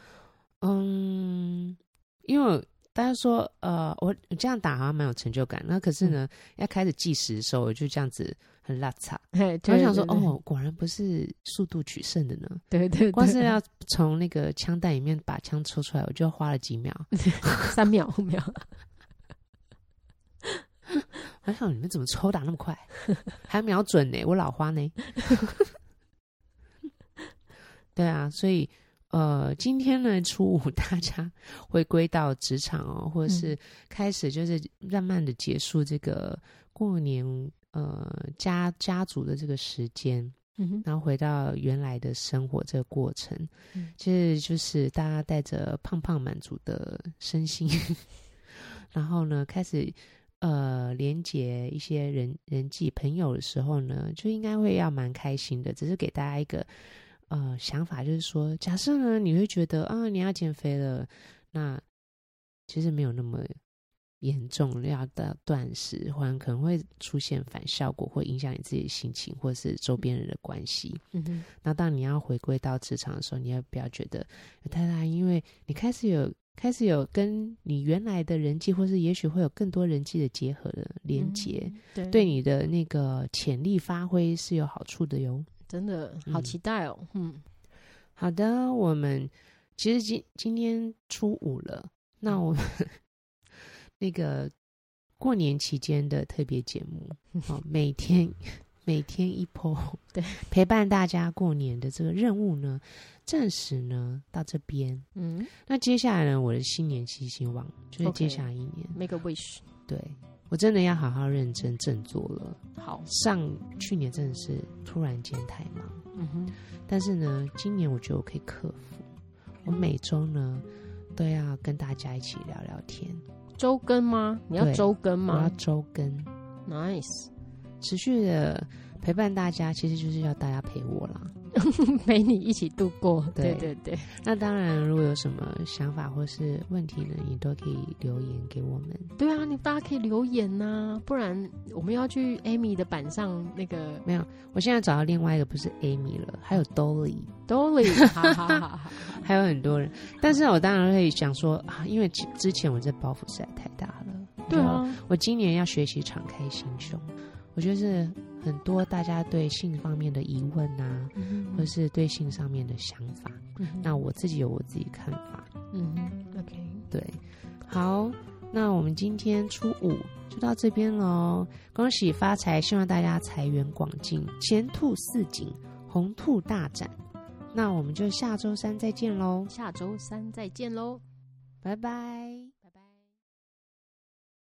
[SPEAKER 2] 嗯，因为大家说，呃，我我这样打好像蛮有成就感，那可
[SPEAKER 1] 嗯
[SPEAKER 2] 是呢，要开始计时的时候，我就这样子很拉遢，
[SPEAKER 1] 嘿，
[SPEAKER 2] 我
[SPEAKER 1] 对
[SPEAKER 2] 就想说，
[SPEAKER 1] 对
[SPEAKER 2] 哦，果然不是速度取胜的呢，
[SPEAKER 1] 对对对，嗯
[SPEAKER 2] 光是要从那个枪弹里面把枪抽出来，我就花了几秒。
[SPEAKER 1] 三秒五秒，
[SPEAKER 2] 我哎想你们怎么抽打那么快， 还瞄准呢？我老花呢？ 对啊，所以呃，今天呢，初五 大家回归到职场哦，或者是开始就是慢慢的结束这个过年呃家家族的这个时间，
[SPEAKER 1] 嗯哼，
[SPEAKER 2] 然后回到原来的生活这个过程，
[SPEAKER 1] 嗯
[SPEAKER 2] 其实就是大家 带着胖胖满足的身心，然后呢，开始呃连接一些人人际朋友的时候呢，就应该会要蛮开心的。只是给大家一个呃想法，就是说，假设呢你会觉得啊你要减肥了，那其实没有那么严重，要到断食，或然可能会出现反效果，会影响你自己的心情或是周边人的关系。
[SPEAKER 1] 嗯哼，
[SPEAKER 2] 那当你要回归到职场的时候，你也不要觉得太大，因为你开始有开始有跟你原来的人际，或是也许会有更多人际的结合的连接，
[SPEAKER 1] 嗯对
[SPEAKER 2] 对你的那个潜力发挥是有好处的哟。
[SPEAKER 1] 真的好
[SPEAKER 2] 嗯
[SPEAKER 1] 期待哦，嗯，
[SPEAKER 2] 好的，我们其实今今天初五了，那我们 那个过年期间的特别节 目，哦，每天每天一波，
[SPEAKER 1] 对，
[SPEAKER 2] 陪伴大家过年的这个任务呢，暂时呢到这边。
[SPEAKER 1] 嗯
[SPEAKER 2] 那接下来呢，我的新年新希望就是
[SPEAKER 1] OK
[SPEAKER 2] 接下来一年
[SPEAKER 1] ，make a wish，
[SPEAKER 2] 对我真的要好好认真振作了。
[SPEAKER 1] 好，
[SPEAKER 2] 上去年真的是突然间太忙。
[SPEAKER 1] 嗯哼，
[SPEAKER 2] 但是呢，今年我觉得我可以克服。我
[SPEAKER 1] 嗯
[SPEAKER 2] 每周呢都要跟大家一起聊聊天，
[SPEAKER 1] 周更吗？你要
[SPEAKER 2] 对
[SPEAKER 1] 周更
[SPEAKER 2] 我要
[SPEAKER 1] 吗
[SPEAKER 2] 周更，
[SPEAKER 1] ？Nice，
[SPEAKER 2] 持续的陪伴大家，其实就是要大家陪我啦。
[SPEAKER 1] 陪你一起度过，对
[SPEAKER 2] 对
[SPEAKER 1] 对对，
[SPEAKER 2] 那当然，如果有什么想法或是问题呢，你都可以留言给我们。
[SPEAKER 1] 对啊，你大家可以留言呐，不然我们要去 Amy 的板上那个
[SPEAKER 2] 我现在找到另外一个不是 Amy 了，还有 Dolly，
[SPEAKER 1] Dolly，哈哈哈哈哈，
[SPEAKER 2] 还有很多人。但是我当然会想说啊，因为其之前我这包袱实在太大了，
[SPEAKER 1] 对
[SPEAKER 2] 然后
[SPEAKER 1] 啊，
[SPEAKER 2] 我今年要学习敞开心胸，我就是很多大家对性方面的疑问啊，
[SPEAKER 1] 嗯
[SPEAKER 2] 或者是对性上面的想法，
[SPEAKER 1] 哼
[SPEAKER 2] 那我自己有我自己看法。
[SPEAKER 1] 嗯哼，OK，
[SPEAKER 2] 对，好，那我们今天初五就到这边喽，恭喜发财，希望大家财源广进，前兔似锦，红兔大展。那我们就下周三再见喽，
[SPEAKER 1] 下周三再见喽。
[SPEAKER 2] 拜拜。